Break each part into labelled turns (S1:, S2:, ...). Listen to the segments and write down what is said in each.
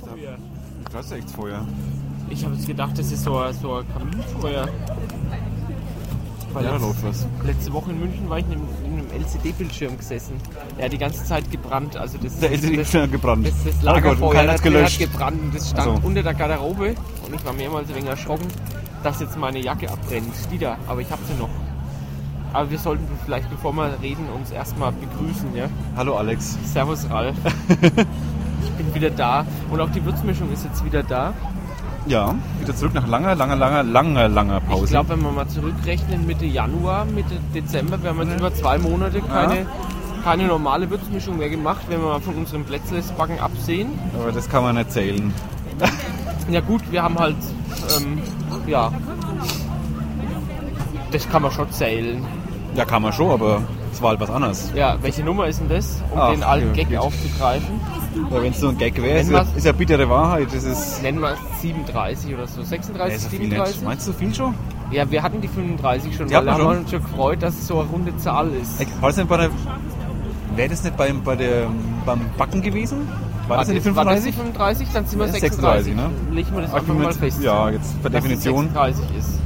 S1: Feuer.
S2: Das ist echt Feuer.
S1: Ich habe jetzt gedacht, das ist so, ein- so ein Kaminfeuer. Weil
S2: Ja, da
S1: letzt-
S2: läuft was.
S1: Letzte Woche in München war ich in einem, in einem LCD-Bildschirm gesessen. Der hat die ganze Zeit gebrannt. Also das,
S2: Der LCD
S1: das,
S2: ist ja gebrannt.
S1: das, das
S2: Ah Gott, und
S1: Lagerfeuer
S2: keiner
S1: das
S2: hat's
S1: Ding hat
S2: gelöscht. Also.
S1: gebrannt. und Das stand
S2: Ach so.
S1: unter der Garderobe und ich war mehrmals ein wenig erschrocken, dass jetzt meine Jacke abbrennt. Die da, aber ich habe sie noch. Aber wir sollten vielleicht, bevor wir reden, uns erstmal begrüßen. Ja?
S2: Hallo Alex.
S1: Servus Ralf. ich bin wieder da und auch die Würzmischung ist jetzt wieder da.
S2: Ja, wieder zurück nach langer, langer, langer, langer, langer Pause.
S1: Ich glaube, wenn wir mal zurückrechnen, Mitte Januar, Mitte Dezember, wir haben jetzt über zwei Monate keine, keine normale Würzmischung mehr gemacht, wenn wir mal von unserem Plätzlesbacken absehen.
S2: Aber das kann man nicht zählen.
S1: Ja gut, wir haben halt, ähm, ja, das kann man schon zählen.
S2: Ja, kann man schon, aber es war halt was anderes.
S1: Ja, welche Nummer ist denn das, um
S2: Ach,
S1: den alten
S2: ja,
S1: Gag
S2: gut.
S1: aufzugreifen?
S2: Weil wenn es nur ein Gag wäre,
S1: Wenn
S2: ist, ja,
S1: was-
S2: ist ja bittere Wahrheit. Das ist.
S1: Nennen wir es 37 oder so, 36,
S2: Ja, ist ja viel nicht.
S1: 37?
S2: Meinst du viel schon?
S1: Ja, wir hatten die 35 schon,
S2: Die
S1: weil
S2: hatten
S1: da haben
S2: wir
S1: wir
S2: schon.
S1: uns schon gefreut, dass es so eine runde Zahl ist.
S2: War das nicht bei der. Wäre das nicht bei, bei der, beim Backen gewesen? War das nicht die
S1: War das die
S2: 35?
S1: 35? Dann sind wir
S2: Ja,
S1: 36.
S2: 36, ne?
S1: Legen wir das
S2: Ach,
S1: einfach mal
S2: Moment.
S1: fest.
S2: ja, jetzt per
S1: Dass es
S2: Definition. Äh,
S1: 36 ist. Also,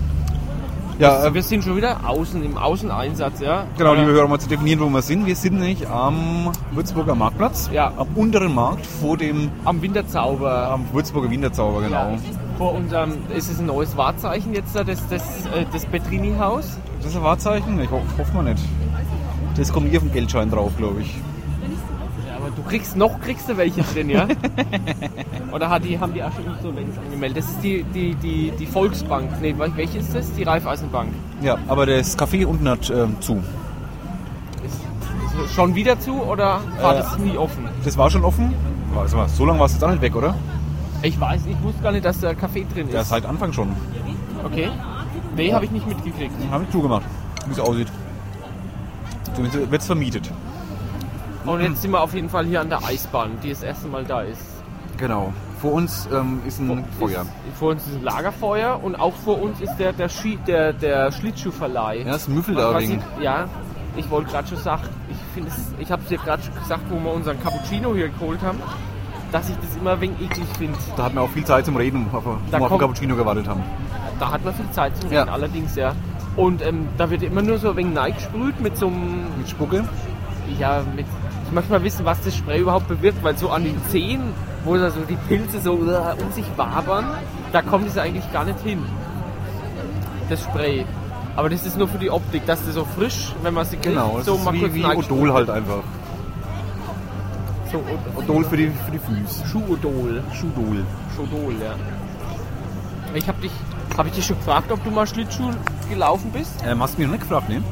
S2: Ja, äh,
S1: Wir sind schon wieder außen, im Außeneinsatz, ja? Äh,
S2: Genau,
S1: Oder-
S2: liebe Hörer, um mal zu definieren, wo wir sind. Wir sind nämlich am Würzburger Marktplatz.
S1: Ja.
S2: Am unteren Markt vor dem
S1: Am Winterzauber.
S2: am Würzburger Winterzauber, genau.
S1: Ja. Vor unserem, ist es ein neues Wahrzeichen jetzt da, das, das, äh, das Petrini-Haus?
S2: Das ist ein Wahrzeichen? Ich ho hoffe mal nicht. Das kommt hier auf dem Geldschein drauf, glaube ich.
S1: Ja, aber du kriegst, noch kriegst du welche drin, ja? Oder hat die, haben die auch schon Insolvenz angemeldet? Das ist die, die, die, die Volksbank. Nee, wel- welche ist das? Die Raiffeisenbank.
S2: Ja, aber das Café unten hat ähm, zu.
S1: Ist, ist es schon wieder zu oder war
S2: Äh,
S1: das nie offen?
S2: Das war schon offen. War- sag mal, So lange war es jetzt auch nicht weg, oder?
S1: Ich weiß, ich wusste gar nicht, dass da Kaffee drin ist.
S2: Ja, seit Anfang schon.
S1: Okay. Nee, habe ich nicht mitgekriegt.
S2: Haben wir zugemacht, wie es aussieht. Zumindest wird es vermietet.
S1: Und jetzt sind wir auf jeden Fall hier an der Eisbahn, die das erste Mal da ist.
S2: Genau. Vor uns ist ein
S1: Ist, vor uns ist ein Lagerfeuer und auch vor uns ist der, der, Ski, der, der Schlittschuhverleih.
S2: Ja,
S1: Was
S2: das Müffeldarring.
S1: ich- Ja, ich wollte gerade schon sagen, ich finde es, ich habe es dir gerade schon gesagt, wo wir unseren Cappuccino hier geholt haben, dass ich das immer ein wenig eklig finde.
S2: Da hatten wir auch viel Zeit zum Reden, wo wir
S1: Da
S2: auf den
S1: kommt-
S2: Cappuccino gewartet haben.
S1: Da hat man viel Zeit zum
S2: Ja.
S1: Reden, allerdings ja. Und ähm, da wird immer nur so ein wenig Neid gesprüht mit so einem
S2: Mit Spucke?
S1: Ja, mit, ich möchte mal wissen, was das Spray überhaupt bewirkt, weil so an den Zehen, wo da so die Pilze so äh, um sich wabern, da kommt es eigentlich gar nicht hin. Das Spray. Aber das ist nur für die Optik, dass das so frisch, wenn man sie kriegt,
S2: Genau, das
S1: so
S2: ist
S1: mal
S2: wie,
S1: kurz
S2: wie
S1: reinsprüht.
S2: Odol halt einfach.
S1: So, Od-
S2: Odol für die, für die Füße.
S1: Schuhodol.
S2: Schudol.
S1: Schuhodol, ja. Ich hab dich, hab ich dich schon gefragt, ob du mal Schlittschuh gelaufen bist?
S2: Ähm, hast du mich noch nicht gefragt, ne?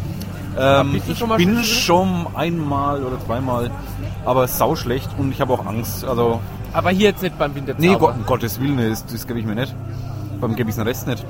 S2: Ähm,
S1: bist du
S2: ich
S1: schon mal
S2: bin
S1: Schlittschuh?
S2: schon einmal oder zweimal, aber sau schlecht und ich habe auch Angst. Also,
S1: Aber hier jetzt nicht beim Winterzauber.
S2: nee, Gott, um Gottes Willen, nee, das, das gebe ich mir nicht. Beim gebe ich den Rest nicht.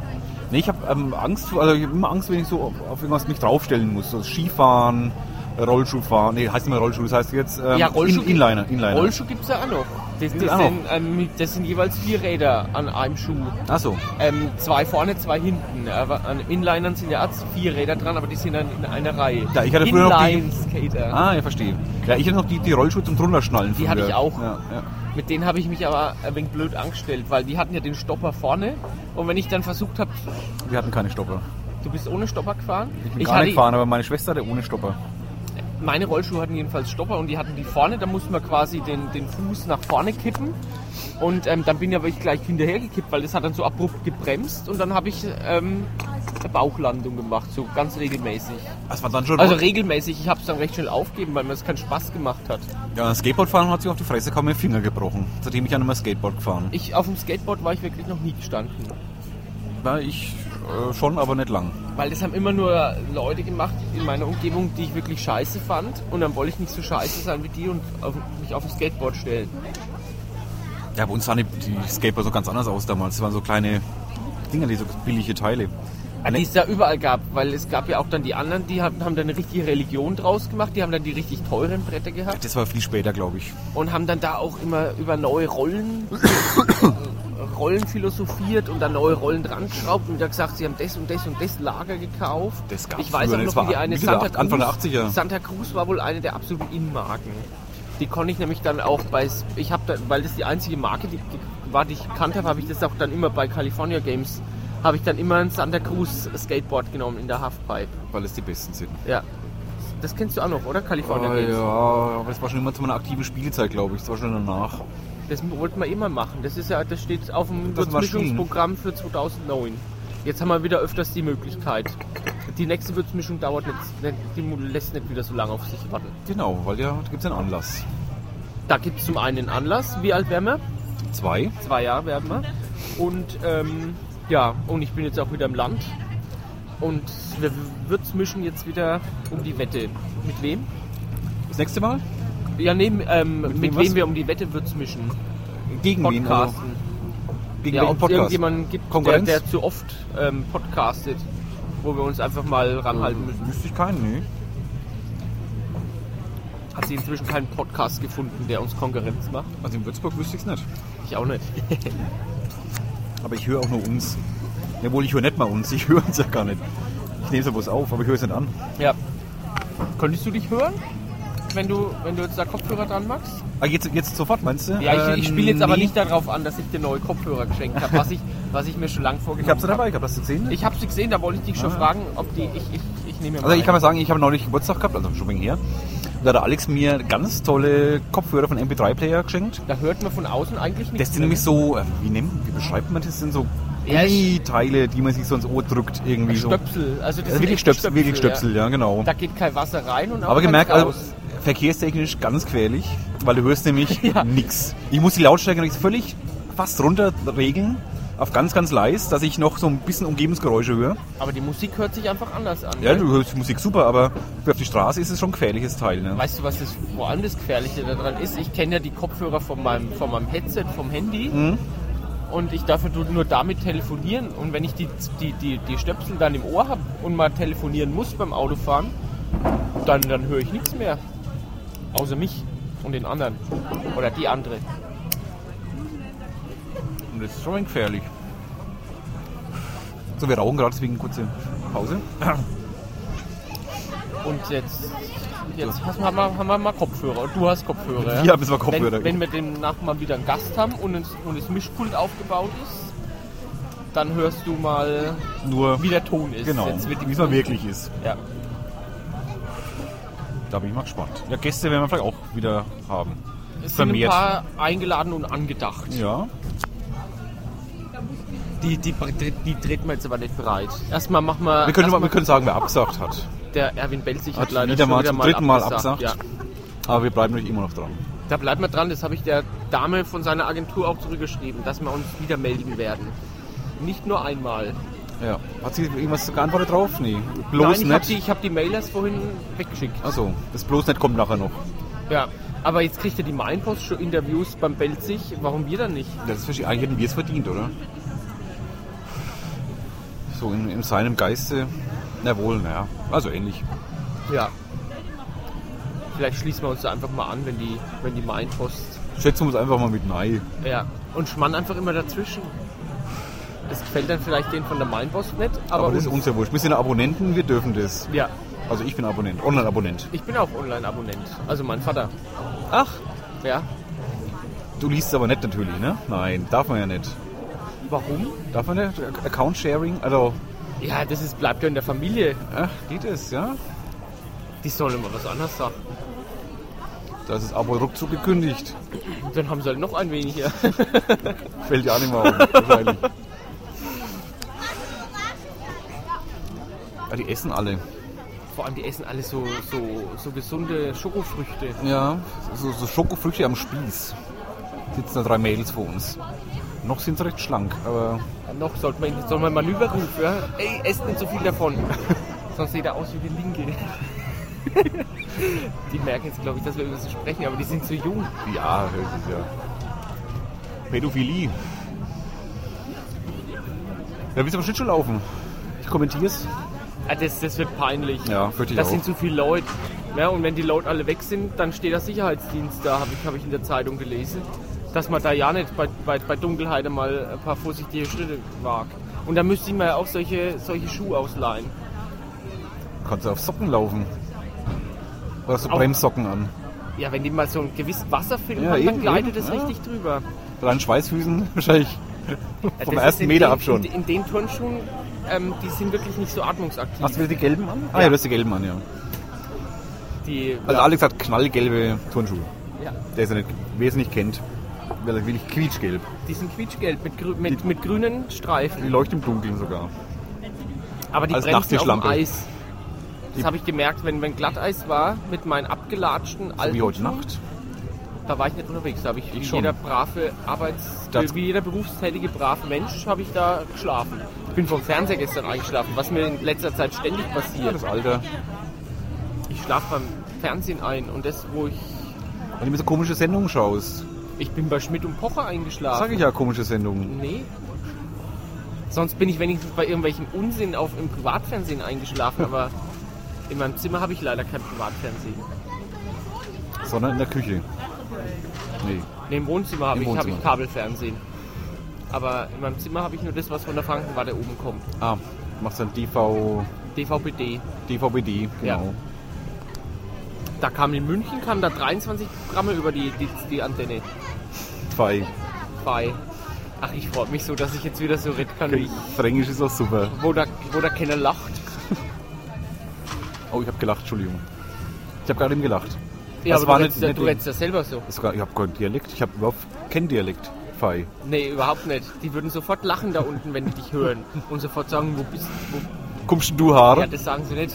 S2: Nee, ich habe ähm, Angst, vor- also ich habe immer Angst, wenn ich so auf, auf irgendwas mich draufstellen muss. Also Skifahren, Rollschuhfahren, nee, heißt nicht mehr Rollschuh, das heißt jetzt ähm,
S1: Ja, Rollschuh
S2: In, Inliner. Inliner.
S1: Rollschuh gibt's ja auch noch. Das,
S2: Gibt's
S1: das,
S2: auch
S1: sind, ähm, das sind jeweils vier Räder an einem Schuh.
S2: Ach so.
S1: Ähm, zwei vorne, zwei hinten. Aber an Inlinern sind ja auch vier Räder dran, aber die sind dann in einer Reihe.
S2: Ja, ich hatte früher noch die-
S1: Inline-Skater.
S2: Ah, ja, verstehe. Ja, ich hatte noch die, die Rollschuhe zum Drunterschnallen.
S1: Die hatte
S2: früher.
S1: ich auch.
S2: Ja, ja.
S1: Mit denen habe ich mich aber ein wenig blöd angestellt, weil die hatten ja den Stopper vorne. Und wenn ich dann versucht habe,
S2: Wir hatten keine Stopper.
S1: du bist ohne Stopper gefahren?
S2: Ich bin gar
S1: hatte,
S2: nicht gefahren, aber meine Schwester hatte ohne Stopper.
S1: Meine Rollschuhe hatten jedenfalls Stopper und die hatten die vorne. Da mussten wir quasi den, den Fuß nach vorne kippen. Und ähm, dann bin ich aber ich gleich hinterhergekippt, weil das hat dann so abrupt gebremst. Und dann habe ich ähm, eine Bauchlandung gemacht, so ganz regelmäßig.
S2: Das war dann schon.
S1: Also regelmäßig, ich habe es dann recht schnell aufgeben, weil mir das keinen Spaß gemacht hat.
S2: ja, das Skateboardfahren hat sich auf die Fresse kaum mehr Finger gebrochen. Seitdem ich ja nicht mehr Skateboard gefahren.
S1: Ich auf dem Skateboard war ich wirklich noch nie gestanden,
S2: War ich äh, schon, aber nicht lang.
S1: weil das haben immer nur Leute gemacht in meiner Umgebung, die ich wirklich scheiße fand und dann wollte ich nicht so scheiße sein wie die und auf, mich auf dem Skateboard stellen.
S2: Ja, bei uns sahen die, die Skateboards so ganz anders aus damals. Das waren so kleine Dinger, die so billige Teile. Ah,
S1: Die es da überall gab, weil es gab ja auch dann die anderen, die haben, haben dann eine richtige Religion draus gemacht, die haben dann die richtig teuren Bretter gehabt
S2: Das war viel später, glaube ich.
S1: und haben dann da auch immer über neue Rollen, Rollen philosophiert und dann neue Rollen dran geschraubt und da gesagt, sie haben das und das und das Lager gekauft.
S2: Das gab's
S1: ich weiß
S2: früher,
S1: auch
S2: das
S1: noch, wie
S2: war
S1: die eine
S2: Mitte der
S1: Santa
S2: Acht- Anfang der
S1: Cruz-
S2: 80er.
S1: Santa Cruz war wohl eine der absoluten Innenmarken. Die konnte ich nämlich dann auch bei, ich habe da, weil das die einzige Marke, die, die war, die ich gekannt habe, habe ich das auch dann immer bei California Games, habe ich dann immer ein Santa Cruz Skateboard genommen in der Halfpipe.
S2: weil es die besten sind.
S1: Ja. Das kennst du auch noch, oder? California
S2: Ah,
S1: Games.
S2: ja, aber es war schon immer zu meiner aktiven Spielzeit, glaube ich. Es war schon danach.
S1: Das wollten wir immer machen. Das ist ja, das steht auf dem
S2: Das
S1: Würzmischungsprogramm für 2009. Jetzt haben wir wieder öfters die Möglichkeit. Die nächste Würzmischung dauert nicht, nicht, die lässt nicht wieder so lange auf sich warten.
S2: Genau, weil ja, da gibt es einen Anlass.
S1: Da gibt es zum einen einen Anlass. Wie alt werden wir?
S2: Zwei.
S1: Zwei Jahre werden wir. Und ähm, ja, und ich bin jetzt auch wieder im Land. Und wir würzmischen jetzt wieder um die Wette. Mit wem?
S2: Das nächste Mal?
S1: Ja, nee, ähm, mit,
S2: wem was?
S1: wem wir um die Wette würzmischen.
S2: Gegen wen? Also,
S1: Podcasten.
S2: gegen
S1: Ja,
S2: welchen
S1: ob es irgendjemanden gibt, der,
S2: Konkurrenz?
S1: der zu oft ähm, podcastet, wo wir uns einfach mal ranhalten müssen.
S2: Wüsste Äh, ich keinen, nee.
S1: Hat sie inzwischen keinen Podcast gefunden, der uns Konkurrenz macht?
S2: Also in Würzburg wüsste ich es nicht.
S1: Ich auch nicht.
S2: Aber ich höre auch nur uns. Jawohl, ich höre nicht mal uns. Ich höre uns ja gar nicht. Ich nehme es ja bloß auf, aber ich höre es nicht an.
S1: ja. Könntest du dich hören, wenn du, wenn du jetzt da Kopfhörer dran machst?
S2: Ah, jetzt, jetzt sofort, meinst du?
S1: Ja,
S2: Äh,
S1: ich, ich spiele jetzt aber
S2: nee.
S1: nicht darauf an, dass ich dir neue Kopfhörer geschenkt habe, was ich, was ich mir schon lange
S2: Ich
S1: vorgenommen
S2: habe sie
S1: hab.
S2: dabei gehabt, hast du gesehen?
S1: Ich habe sie gesehen, da wollte ich dich schon
S2: Ah.
S1: fragen, ob die. Ich, ich, ich nehme mir
S2: Also ich kann
S1: eine.
S2: mal sagen, ich habe neulich Geburtstag gehabt, also schon wegen her. Da hat der Alex mir ganz tolle Kopfhörer von MP3-Player geschenkt.
S1: Da hört man von außen eigentlich nichts. ne?
S2: Das sind nämlich so, äh, wie, nennt, wie beschreibt man das? Das sind so
S1: Ja, ich-
S2: Teile, die man sich so ins Ohr drückt irgendwie so.
S1: Stöpsel. Also das
S2: Also
S1: sind
S2: wirklich
S1: echt
S2: Stöpsel, wirklich
S1: ja.
S2: Stöpsel, ja, genau.
S1: Da geht kein Wasser rein und auch
S2: Aber
S1: keins
S2: gemerkt, also
S1: raus.
S2: verkehrstechnisch ganz quälig, weil du hörst nämlich
S1: Ja.
S2: nix. Ich muss die Lautstärke nämlich völlig fast runter regeln, auf ganz, ganz leis, dass ich noch so ein bisschen Umgebungsgeräusche höre.
S1: Aber die Musik hört sich einfach anders an. ne?
S2: Ja,
S1: gell?
S2: du hörst die Musik super, aber auf die Straße ist es schon ein quäliges Teil. Ne?
S1: Weißt du, was das vor allem das Gefährliche daran ist? Ich kenne ja die Kopfhörer von meinem, von meinem Headset, vom Handy.
S2: Mhm.
S1: Und ich darf ja nur- nur damit telefonieren. Und wenn ich die, die, die, die Stöpsel dann im Ohr habe und mal telefonieren muss beim Autofahren, dann, dann höre ich nichts mehr. Außer mich und den anderen. Oder die andere.
S2: Und Das ist schon gefährlich. So, wir rauchen gerade, deswegen kurze Pause.
S1: Und jetzt, jetzt hast, haben, wir, haben wir mal Kopfhörer. Und du hast Kopfhörer.
S2: Ja, genau. müssen wir Kopfhörer.
S1: Wenn, wenn wir demnach mal wieder einen Gast haben und, es, und das Mischpult aufgebaut ist, dann hörst du mal,
S2: Nur
S1: wie der Ton ist.
S2: genau,
S1: Jetzt wird die
S2: wie es mal wirklich ist.
S1: Ja.
S2: Da bin ich mal gespannt. Ja, Gäste werden wir vielleicht auch wieder haben.
S1: Es sind ein
S2: Vermehrt.
S1: paar eingeladen und angedacht.
S2: Ja.
S1: Die, die, die treten wir jetzt aber nicht bereit. Erstmal machen wir.
S2: Wir können, mal,
S1: erstmal,
S2: wir können sagen, wer abgesagt hat.
S1: Der Erwin Belzig
S2: Hat
S1: hat leider
S2: wieder
S1: schon
S2: mal
S1: wieder
S2: zum dritten Mal
S1: Ja.
S2: abgesagt. Aber wir bleiben natürlich immer noch dran.
S1: Da bleibt man dran, das habe ich der Dame von seiner Agentur auch zurückgeschrieben, dass wir uns wieder melden werden. Nicht nur einmal.
S2: Ja. Hat sie irgendwas geantwortet drauf? Nee. Bloß
S1: Nein, ich habe die,
S2: nicht.
S1: ich hab die Mailers vorhin weggeschickt.
S2: Achso, das bloß nicht kommt nachher noch.
S1: Ja, aber jetzt kriegt ja die Mainpost schon Interviews beim Belzig. Warum wir dann nicht?
S2: Das ist verstehe ich. Eigentlich hätten wir es verdient, oder? So in, in seinem Geiste. Na wohl, naja. Also ähnlich.
S1: Ja. Vielleicht schließen wir uns da einfach mal an, wenn die, wenn die Mainpost.
S2: Schätzen wir uns einfach mal mit Nei.
S1: Ja. Und schmann einfach immer dazwischen. Das gefällt dann vielleicht den von der Mainpost nicht, aber,
S2: Aber, das ist uns ja wurscht. Wir sind ja Abonnenten, wir dürfen das.
S1: Ja.
S2: Also ich bin Abonnent, Online-Abonnent.
S1: Ich bin auch Online-Abonnent. Also mein Vater.
S2: Ach,
S1: Ja.
S2: du liest es aber nicht natürlich, ne? Nein, darf man ja nicht.
S1: Warum?
S2: Darf man nicht? Account-Sharing? Also,
S1: Ja, das ist, bleibt ja in der Familie.
S2: ach, geht es, ja?
S1: Die sollen mal was anderes sagen.
S2: Das ist Abo ruckzuck gekündigt.
S1: Dann haben sie halt noch ein weniger.
S2: Fällt ja auch nicht mehr auf, wahrscheinlich. Ja, die essen alle.
S1: Vor allem, die essen alle so, so, so gesunde Schokofrüchte.
S2: Ja, so, so Schokofrüchte am Spieß. Sitzen da drei Mädels vor uns. Noch sind sie recht schlank, aber
S1: Noch sollte man, soll man Manöverruf, ja? Ey, esst nicht so viel davon. Sonst sieht er aus wie die Linke. die merken jetzt, glaube ich, dass wir über sie sprechen, aber die sind zu jung.
S2: ja, das ist ja. Pädophilie. Da willst du aber Schlittschuh laufen. Ich kommentiere es.
S1: Ah, das, das wird peinlich.
S2: Ja, für dich
S1: Das
S2: auch.
S1: sind zu viele Leute. Ja, und wenn die Leute alle weg sind, dann steht der Sicherheitsdienst da, habe ich, hab ich in der Zeitung gelesen. Dass man da ja nicht bei, bei, bei Dunkelheit mal ein paar vorsichtige Schritte wagt. Und da müsste ich mir ja auch solche, solche Schuhe ausleihen.
S2: Kannst du auf Socken laufen. Oder hast du
S1: Auf-
S2: Bremssocken an?
S1: Ja, wenn die mal so einen gewissen Wasserfilm
S2: Ja,
S1: haben, dann
S2: eben,
S1: gleitet
S2: eben,
S1: es
S2: ja.
S1: richtig drüber.
S2: Rein Schweißfüßen wahrscheinlich
S1: Ja,
S2: vom
S1: das ist
S2: ersten
S1: in
S2: Meter
S1: den,
S2: ab schon.
S1: In, in den Turnschuhen, ähm, die sind wirklich nicht so atmungsaktiv.
S2: Hast du wieder die gelben an? Ah ja, du hast die gelben an, ja.
S1: Die,
S2: Also
S1: ja,
S2: Alex hat knallgelbe Turnschuhe.
S1: ja,
S2: Der ist ja nicht, wer es nicht kennt, weil er wirklich quietschgelb.
S1: die sind quietschgelb mit, grü mit,
S2: Die-
S1: mit grünen
S2: Die
S1: Streifen.
S2: leuchtet im Dunkeln sogar.
S1: Aber die
S2: Als
S1: bremsen auf dem
S2: Nachtischlampe.
S1: Eis. Das
S2: Also Die-
S1: habe ich gemerkt, wenn, wenn Glatteis war, mit meinen abgelatschten
S2: So
S1: alten
S2: wie heute
S1: Schuhen,
S2: Nacht.
S1: Da war ich nicht unterwegs. Da habe ich, wie
S2: schon.
S1: jeder brave Arbeits...
S2: Das-
S1: wie jeder berufstätige brave Mensch habe ich da geschlafen. Ich bin vom Fernseher gestern eingeschlafen, was mir in letzter Zeit ständig
S2: Ja,
S1: passiert.
S2: das Alter.
S1: Ich schlafe beim Fernsehen ein und das, wo ich...
S2: Wenn du mir so komische Sendungen schaust.
S1: Ich bin bei Schmidt und Pocher eingeschlafen.
S2: Sag ich ja, komische Sendungen.
S1: Nee. Sonst bin ich wenigstens bei irgendwelchem Unsinn auf im Privatfernsehen eingeschlafen, aber in meinem Zimmer habe ich leider kein Privatfernsehen.
S2: Sondern in der Küche. Nee.
S1: Nee, im Wohnzimmer habe
S2: Im
S1: ich, hab ich
S2: Wohnzimmer.
S1: Kabelfernsehen. Aber in meinem Zimmer habe ich nur das, was von der Frankenwarte oben kommt.
S2: Ah, du machst dann DV,
S1: DVBD.
S2: DVBD, genau.
S1: Da kam in München kamen da 23 Programme über die, die, die Antenne
S2: Zwei.
S1: bei. Ach, ich freue mich so, dass ich jetzt wieder so reden kann, wie ich,
S2: Fränkisch ist auch super.
S1: wo, da, wo da keiner lacht.
S2: Oh, ich habe gelacht, Entschuldigung. Ich habe gerade eben gelacht.
S1: Ja,
S2: Das
S1: aber
S2: war
S1: du
S2: nicht-
S1: redest ja-
S2: nicht
S1: du
S2: die-
S1: redest ja selber so.
S2: Ist Sogar, ich habe keinen Dialekt, ich habe überhaupt keinen Dialekt. Fei.
S1: Nee, überhaupt nicht. Die würden sofort lachen da unten, wenn die dich hören. Und sofort sagen, wo bist du? Wo?
S2: Kommst denn du, Haare?
S1: Ja, das sagen sie nicht.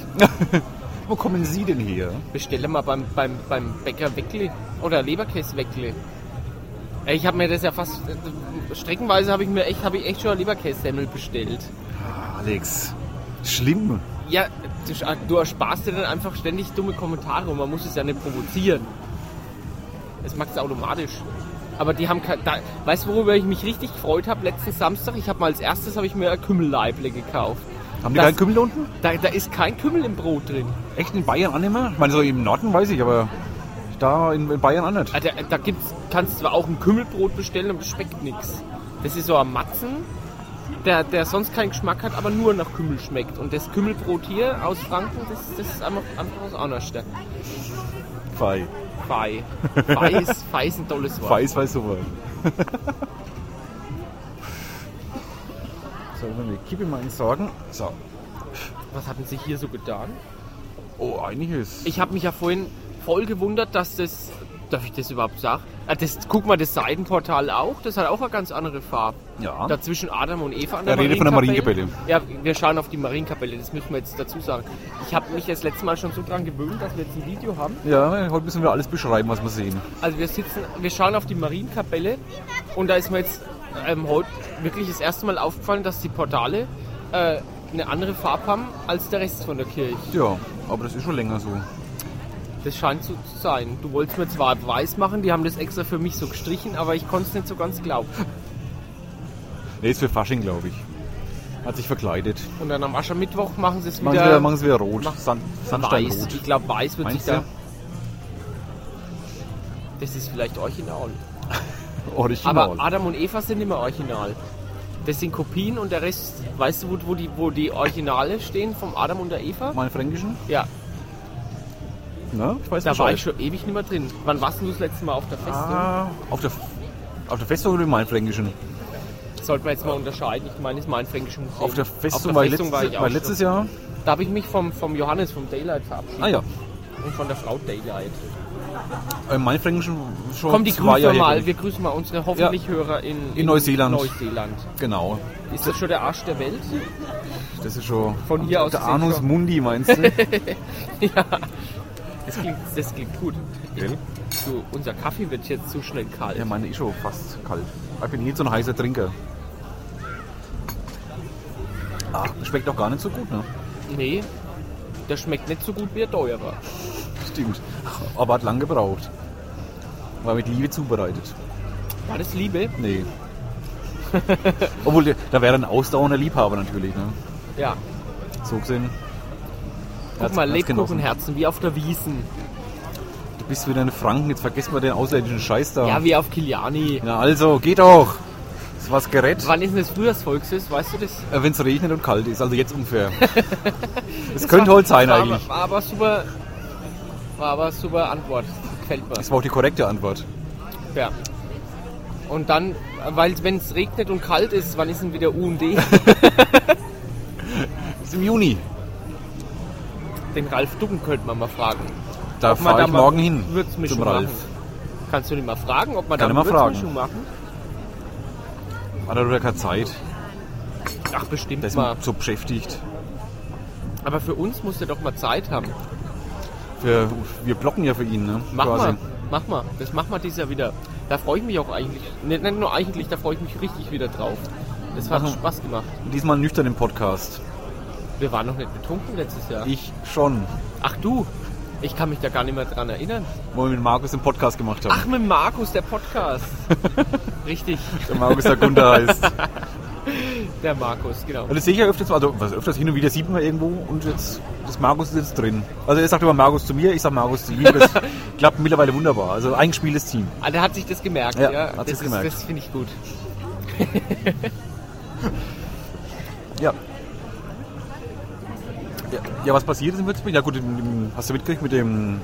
S2: Wo kommen Sie denn her?
S1: Bestelle mal beim, beim, beim Bäcker Weckle oder Leberkäse-Weckle. Ey, Ich habe mir das ja fast... äh, Streckenweise habe ich mir echt, habe ich echt schon eine Leberkäse-Semmel bestellt.
S2: Alex. Schlimm.
S1: Ja, du, sch- du ersparst dir dann einfach ständig dumme Kommentare und man muss es ja nicht provozieren. Das macht es automatisch. Aber die haben kein, da, Weißt du, worüber ich mich richtig gefreut habe? Letzten Samstag, ich habe mal als erstes habe ich mir ein Kümmellaible gekauft.
S2: Haben die
S1: Das-
S2: keinen Kümmel da unten?
S1: Da, da ist kein Kümmel im Brot drin.
S2: Echt in Bayern auch nicht mehr? Ich meine, so im Norden weiß ich, aber da in, in Bayern auch nicht.
S1: Ah, Da, da gibt's, kannst zwar auch ein Kümmelbrot bestellen, aber das schmeckt nix. Das ist so ein Matzen, der, der sonst keinen Geschmack hat, aber nur nach Kümmel schmeckt. Und das Kümmelbrot hier aus Franken, das, das ist einfach, einfach aus einer Stadt.
S2: Fei.
S1: Fei. Fei ist, Fei ist ein tolles Wort.
S2: Fei ist weiß super. so, wenn wir Kippe mal entsorgen. So.
S1: Was hatten sie hier so getan?
S2: Oh, einiges.
S1: Ich habe mich ja vorhin voll gewundert, dass das. Darf ich das überhaupt sagen? Ah, Das, guck mal, das Seitenportal auch, das hat auch eine ganz andere Farbe.
S2: ja.
S1: Dazwischen Adam und Eva an
S2: Ja,
S1: der
S2: rede von der
S1: Ja, wir schauen auf die Marienkapelle, das müssen wir jetzt dazu sagen. Ich habe mich das letzte Mal schon so dran gewöhnt, dass wir jetzt ein Video haben.
S2: ja, heute müssen wir alles beschreiben, was wir sehen.
S1: Also wir sitzen, wir schauen auf die Marienkapelle und da ist mir jetzt ähm, heute wirklich das erste Mal aufgefallen, dass die Portale äh, eine andere Farbe haben als der Rest von der Kirche.
S2: Ja, aber das ist schon länger so.
S1: Das scheint so zu sein. Du wolltest mir zwar weiß machen, die haben das extra für mich so gestrichen, aber ich konnte es nicht so ganz glauben.
S2: Nee, ist für Fasching, glaube ich. Hat sich verkleidet.
S1: Und dann am Aschermittwoch machen sie es
S2: Machen sie wieder,
S1: wieder,
S2: machen sie wieder rot.
S1: Mach-
S2: Sand,
S1: weiß.
S2: Sandsteinrot.
S1: Ich glaube, weiß wird
S2: Meinst
S1: sich da...
S2: du?
S1: Das ist vielleicht
S2: Genau.
S1: original.
S2: Original.
S1: Aber Adam und Eva sind immer original. Das sind Kopien und der Rest, weißt du, wo, wo, die, wo die Originale stehen vom Adam und der Eva?
S2: mein Fränkischen?
S1: Ja,
S2: Ne? Ich weiß
S1: da war
S2: Bescheid.
S1: ich schon ewig nicht mehr drin. Wann warst denn du das letzte Mal auf der Festung?
S2: Ah, auf der, auf der Festung oder im Mainfränkischen?
S1: Sollte man jetzt mal unterscheiden. Ich meine, das ist mein fränkisches Museum.
S2: Auf der Festung,
S1: auf der
S2: war, ich
S1: Festung
S2: letztes,
S1: war ich auch
S2: war letztes
S1: schon.
S2: Jahr.
S1: Da habe ich mich vom, vom Johannes, vom Daylight verabschiedet.
S2: Ah ja,
S1: Und von der Frau Daylight.
S2: im Mainfränkischen schon
S1: Komm, die
S2: zwei
S1: grüßen wir
S2: Jahre
S1: mal.
S2: her.
S1: Wir grüßen mal unsere hoffentlich Hörer in,
S2: In Neuseeland.
S1: Neuseeland.
S2: Genau.
S1: Ist das schon der Arsch der Welt?
S2: Das ist schon.
S1: Von hier aus
S2: Der
S1: gesehen
S2: Anus
S1: schon.
S2: Mundi meinst du?
S1: Das klingt, das klingt gut.
S2: Gell?
S1: Du, unser Kaffee wird jetzt zu schnell kalt.
S2: ja, meine ist schon fast kalt. Ich bin nicht so ein heißer Trinker. Ach, Ah, schmeckt auch gar nicht so gut, ne?
S1: Nee, der schmeckt nicht so gut wie der teure.
S2: Stimmt. Aber hat lang gebraucht. War mit Liebe zubereitet.
S1: War das Liebe?
S2: Nee. Obwohl, der- da wäre ein ausdauernder Liebhaber natürlich, ne?
S1: Ja.
S2: So gesehen.
S1: Guck
S2: Hat's-
S1: mal,
S2: hat's genossen.
S1: Lebkuchenherzen, wie auf der Wiesen.
S2: Du bist wieder in Franken, jetzt vergessen wir den ausländischen Scheiß da.
S1: Ja, wie auf Kiliani.
S2: Na also, geht doch! Ist was gerät?
S1: Wann ist denn das Frühjahrsvolksfest? Weißt du das?
S2: Wenn es regnet und kalt ist, also jetzt unfair. Es
S1: Das
S2: könnte
S1: war-
S2: heute sein
S1: war,
S2: eigentlich.
S1: War aber super. War aber super Antwort. gefällt mir.
S2: Das war auch die korrekte Antwort.
S1: Ja. Und dann, weil wenn es regnet und kalt ist, wann ist denn wieder U und D?
S2: Ist im Juni.
S1: Den Ralf Duggen könnte man mal fragen.
S2: Da
S1: Ob man
S2: fahre
S1: da
S2: ich
S1: mal
S2: morgen hin.
S1: Würzmischung machen. Kannst du den mal fragen, ob man
S2: Kann
S1: da
S2: ich mal fragen.
S1: Würzmischung machen?
S2: Hat er doch keine Zeit.
S1: Ach, bestimmt
S2: Der ist
S1: mal.
S2: so beschäftigt.
S1: Aber für uns muss der doch mal Zeit haben.
S2: Wir, wir blocken ja für ihn, ne?
S1: Mach
S2: Quasi.
S1: mal, mach mal. Das machen wir dieses Jahr wieder. Da freue ich mich auch eigentlich. Nicht nicht nur eigentlich, da freue ich mich richtig wieder drauf. Das hat
S2: Machen.
S1: Spaß gemacht.
S2: Diesmal nüchtern im Podcast.
S1: Wir waren noch nicht betrunken letztes Jahr.
S2: Ich schon.
S1: Ach du, ich kann mich da gar nicht mehr dran erinnern.
S2: Wo wir mit Markus den Podcast gemacht haben.
S1: Ach, mit Markus, der Podcast. richtig,
S2: Der Markus der Gunther heißt. Also
S1: der Markus, genau.
S2: das sehe ich ja öfters, mal, also was öfters hin und wieder sieht man irgendwo und jetzt das Markus ist jetzt drin. Also er sagt immer Markus zu mir, ich sag Markus zu ihm. Das klappt mittlerweile wunderbar. Also ein gespieltes Team.
S1: Ah, der hat sich das gemerkt, ja.
S2: Ja, hat
S1: das
S2: sich's
S1: ist-
S2: gemerkt.
S1: das finde ich gut.
S2: Ja. Ja, ja was passiert ist in Würzburg? Ja gut, im- im- hast du mitgekriegt mit dem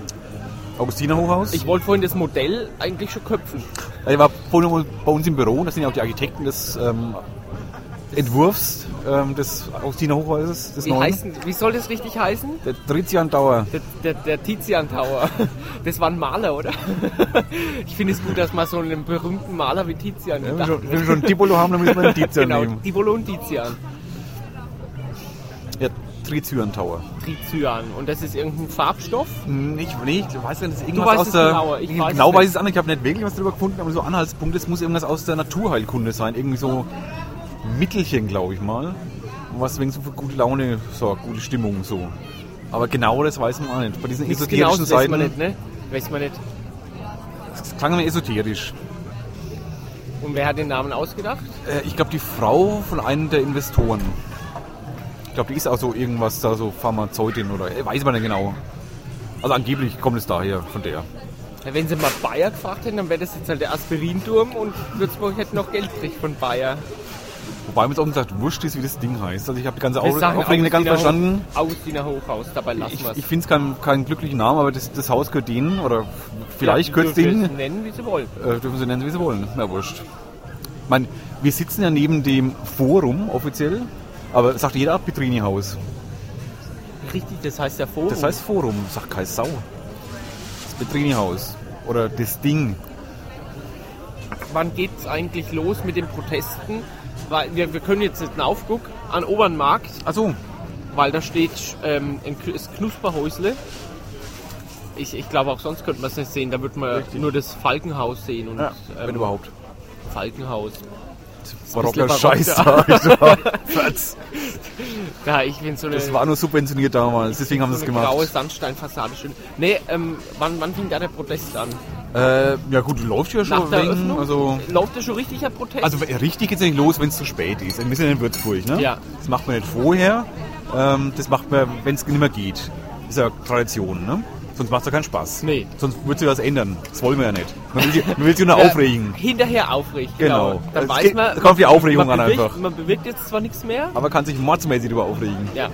S2: Augustiner Hochhaus?
S1: Ich wollte vorhin das Modell eigentlich schon köpfen.
S2: Also, Er war vorhin bei uns im Büro und das sind ja auch die Architekten des ähm, Entwurfs ähm, des Augustiner Hochhauses, des
S1: Wie,
S2: neuen.
S1: heißen, wie soll das richtig heißen?
S2: Der Trizian Dauer.
S1: Der, der, der Tizian Tower. Das war ein Maler, oder? Ich finde es gut, dass man so einen berühmten Maler wie Tizian
S2: Wenn wir
S1: gedacht
S2: schon,
S1: hat.
S2: wenn wir schon Tibolo haben, dann müssen wir einen Tizian
S1: Genau,
S2: nehmen.
S1: Tibolo und Tizian.
S2: Ja, Trizian Tower.
S1: Trizyan. Und das ist irgendein Farbstoff.
S2: Hm, Ich, nee, ich weiß nicht, das ist irgendwas
S1: weißt
S2: aus
S1: es
S2: der.
S1: genauer, ich
S2: Nee,
S1: weiß
S2: genau
S1: es
S2: weiß
S1: nicht.
S2: ich es an, ich habe nicht wirklich was drüber gefunden, aber so Anhaltspunkte, es muss irgendwas aus der Naturheilkunde sein. Irgendwie so Mittelchen, glaube ich mal. Was wegen so für gute Laune sorgt, gute Stimmung so. Aber genau das weiß man auch nicht. Bei diesen
S1: Nichts
S2: esoterischen
S1: Genaues weiß man
S2: Seiten.
S1: nicht, ne? Weiß man nicht.
S2: Das klang mir esoterisch.
S1: Und wer hat den Namen ausgedacht?
S2: Äh, ich glaube, die Frau von einem der Investoren. Ich glaube, die ist auch so irgendwas da, so Pharmazeutin oder. äh, Weiß man nicht genau. Also angeblich kommt es daher, von der.
S1: Ja, Wenn sie mal Bayer gefragt hätten, dann wäre das jetzt halt der Aspirinturm und Würzburg hätte noch Geld gekriegt von Bayer.
S2: Wobei mir jetzt auch gesagt wurscht ist, wie das Ding heißt. Also ich habe die ganze
S1: Wir
S2: Auf-
S1: sagen
S2: Aufregung nicht ganz
S1: Augustiner
S2: verstanden.
S1: Hoch- Augustiner Hochhaus, dabei lassen
S2: Ich,
S1: wir
S2: ich finde es keinen, keinen glücklichen Namen, aber das, das Haus gehört denen oder vielleicht gehört es denen.
S1: nennen, wie sie wollen.
S2: Äh, dürfen sie nennen, wie sie wollen. Na wurscht. Ich meine, wir sitzen ja neben dem Forum offiziell, aber sagt jeder ab Petrini-Haus.
S1: Richtig, das heißt ja Forum.
S2: Das heißt Forum, sagt keine Sau. Das Petrini-Haus. Oder das Ding.
S1: wann geht es eigentlich los mit den Protesten? Weil wir, wir können jetzt nicht einen Aufguck an Obernmarkt,
S2: Achso,
S1: weil da steht ähm, ein Kn- das Knusperhäusle. Ich, ich glaube, auch sonst könnte man es nicht sehen. Da wird man
S2: Richtig.
S1: nur das Falkenhaus sehen und
S2: ja, wenn
S1: ähm,
S2: überhaupt.
S1: Falkenhaus.
S2: Barocker
S1: barock,
S2: Scheiß
S1: ja.
S2: da. Fetz.
S1: Ja, ich bin so eine,
S2: Das war nur subventioniert damals, deswegen haben sie
S1: so
S2: es
S1: eine graue
S2: gemacht.
S1: Sandsteinfassade schön. Nee, ähm, wann, wann fing da der Protest an?
S2: Äh, ja gut, läuft ja schon.
S1: Nach der
S2: wegen,
S1: Eröffnung?
S2: also,
S1: Läuft da schon richtiger Protest?
S2: Also richtig geht's nicht los, wenn es zu spät ist. Wir sind in Würzburg, ne?
S1: Ja.
S2: Das macht man nicht vorher. Ähm, das macht man, wenn es nicht mehr geht. Ist ja Tradition, ne? Sonst macht es ja keinen Spaß.
S1: Nee.
S2: Sonst wird sich was ändern. Das wollen wir ja nicht. Man will sich, man will sich nur
S1: Ja,
S2: aufregen.
S1: Hinterher aufregen. Genau.
S2: Genau.
S1: Dann
S2: Es
S1: weiß
S2: geht-
S1: man.
S2: da kommt die Aufregung
S1: man
S2: an
S1: bewegt,
S2: einfach.
S1: Man bewegt jetzt zwar nichts mehr.
S2: Aber kann sich mordsmäßig darüber aufregen.
S1: Ja.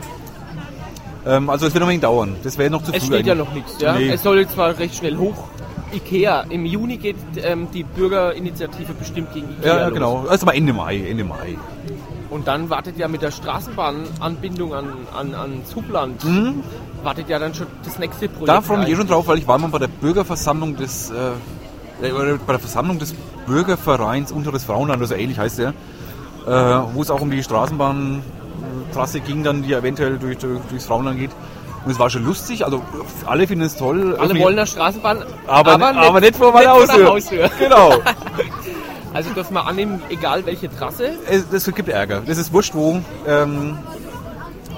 S2: Ähm, also es wird noch ein wenig dauern. Das wäre noch zu
S1: Es
S2: früh.
S1: steht ja
S2: eigentlich.
S1: noch nichts. Ja?
S2: Nee.
S1: Es soll jetzt zwar recht schnell hoch. Ikea. Im Juni geht ähm, die Bürgerinitiative bestimmt gegen Ikea.
S2: ja, ja,
S1: los.
S2: genau. Also mal Ende Mai, Ende Mai.
S1: Und dann wartet ja mit der Straßenbahnanbindung an, an, an Zugland. Wartet ja dann schon das nächste Projekt.
S2: Mhm. Da freue ich mich eh
S1: ein.
S2: schon drauf, weil ich war mal bei der Bürgerversammlung des äh, äh, oder bei der Versammlung des Bürgervereins Unteres Frauenland oder so ähnlich heißt der, äh, wo es auch um die Straßenbahntrasse ging, dann die eventuell durch, durch, durchs Frauenland geht. Und es war schon lustig, also alle finden es toll.
S1: Alle
S2: Irgendwie-
S1: wollen der Straßenbahn,
S2: aber, aber, nicht, aber nicht vor meiner
S1: nicht vor der
S2: Haustür.
S1: Haustür.
S2: Genau.
S1: Also dürfen wir annehmen, egal welche Trasse.
S2: Es, das gibt Ärger. Das ist wurscht wo. Ähm,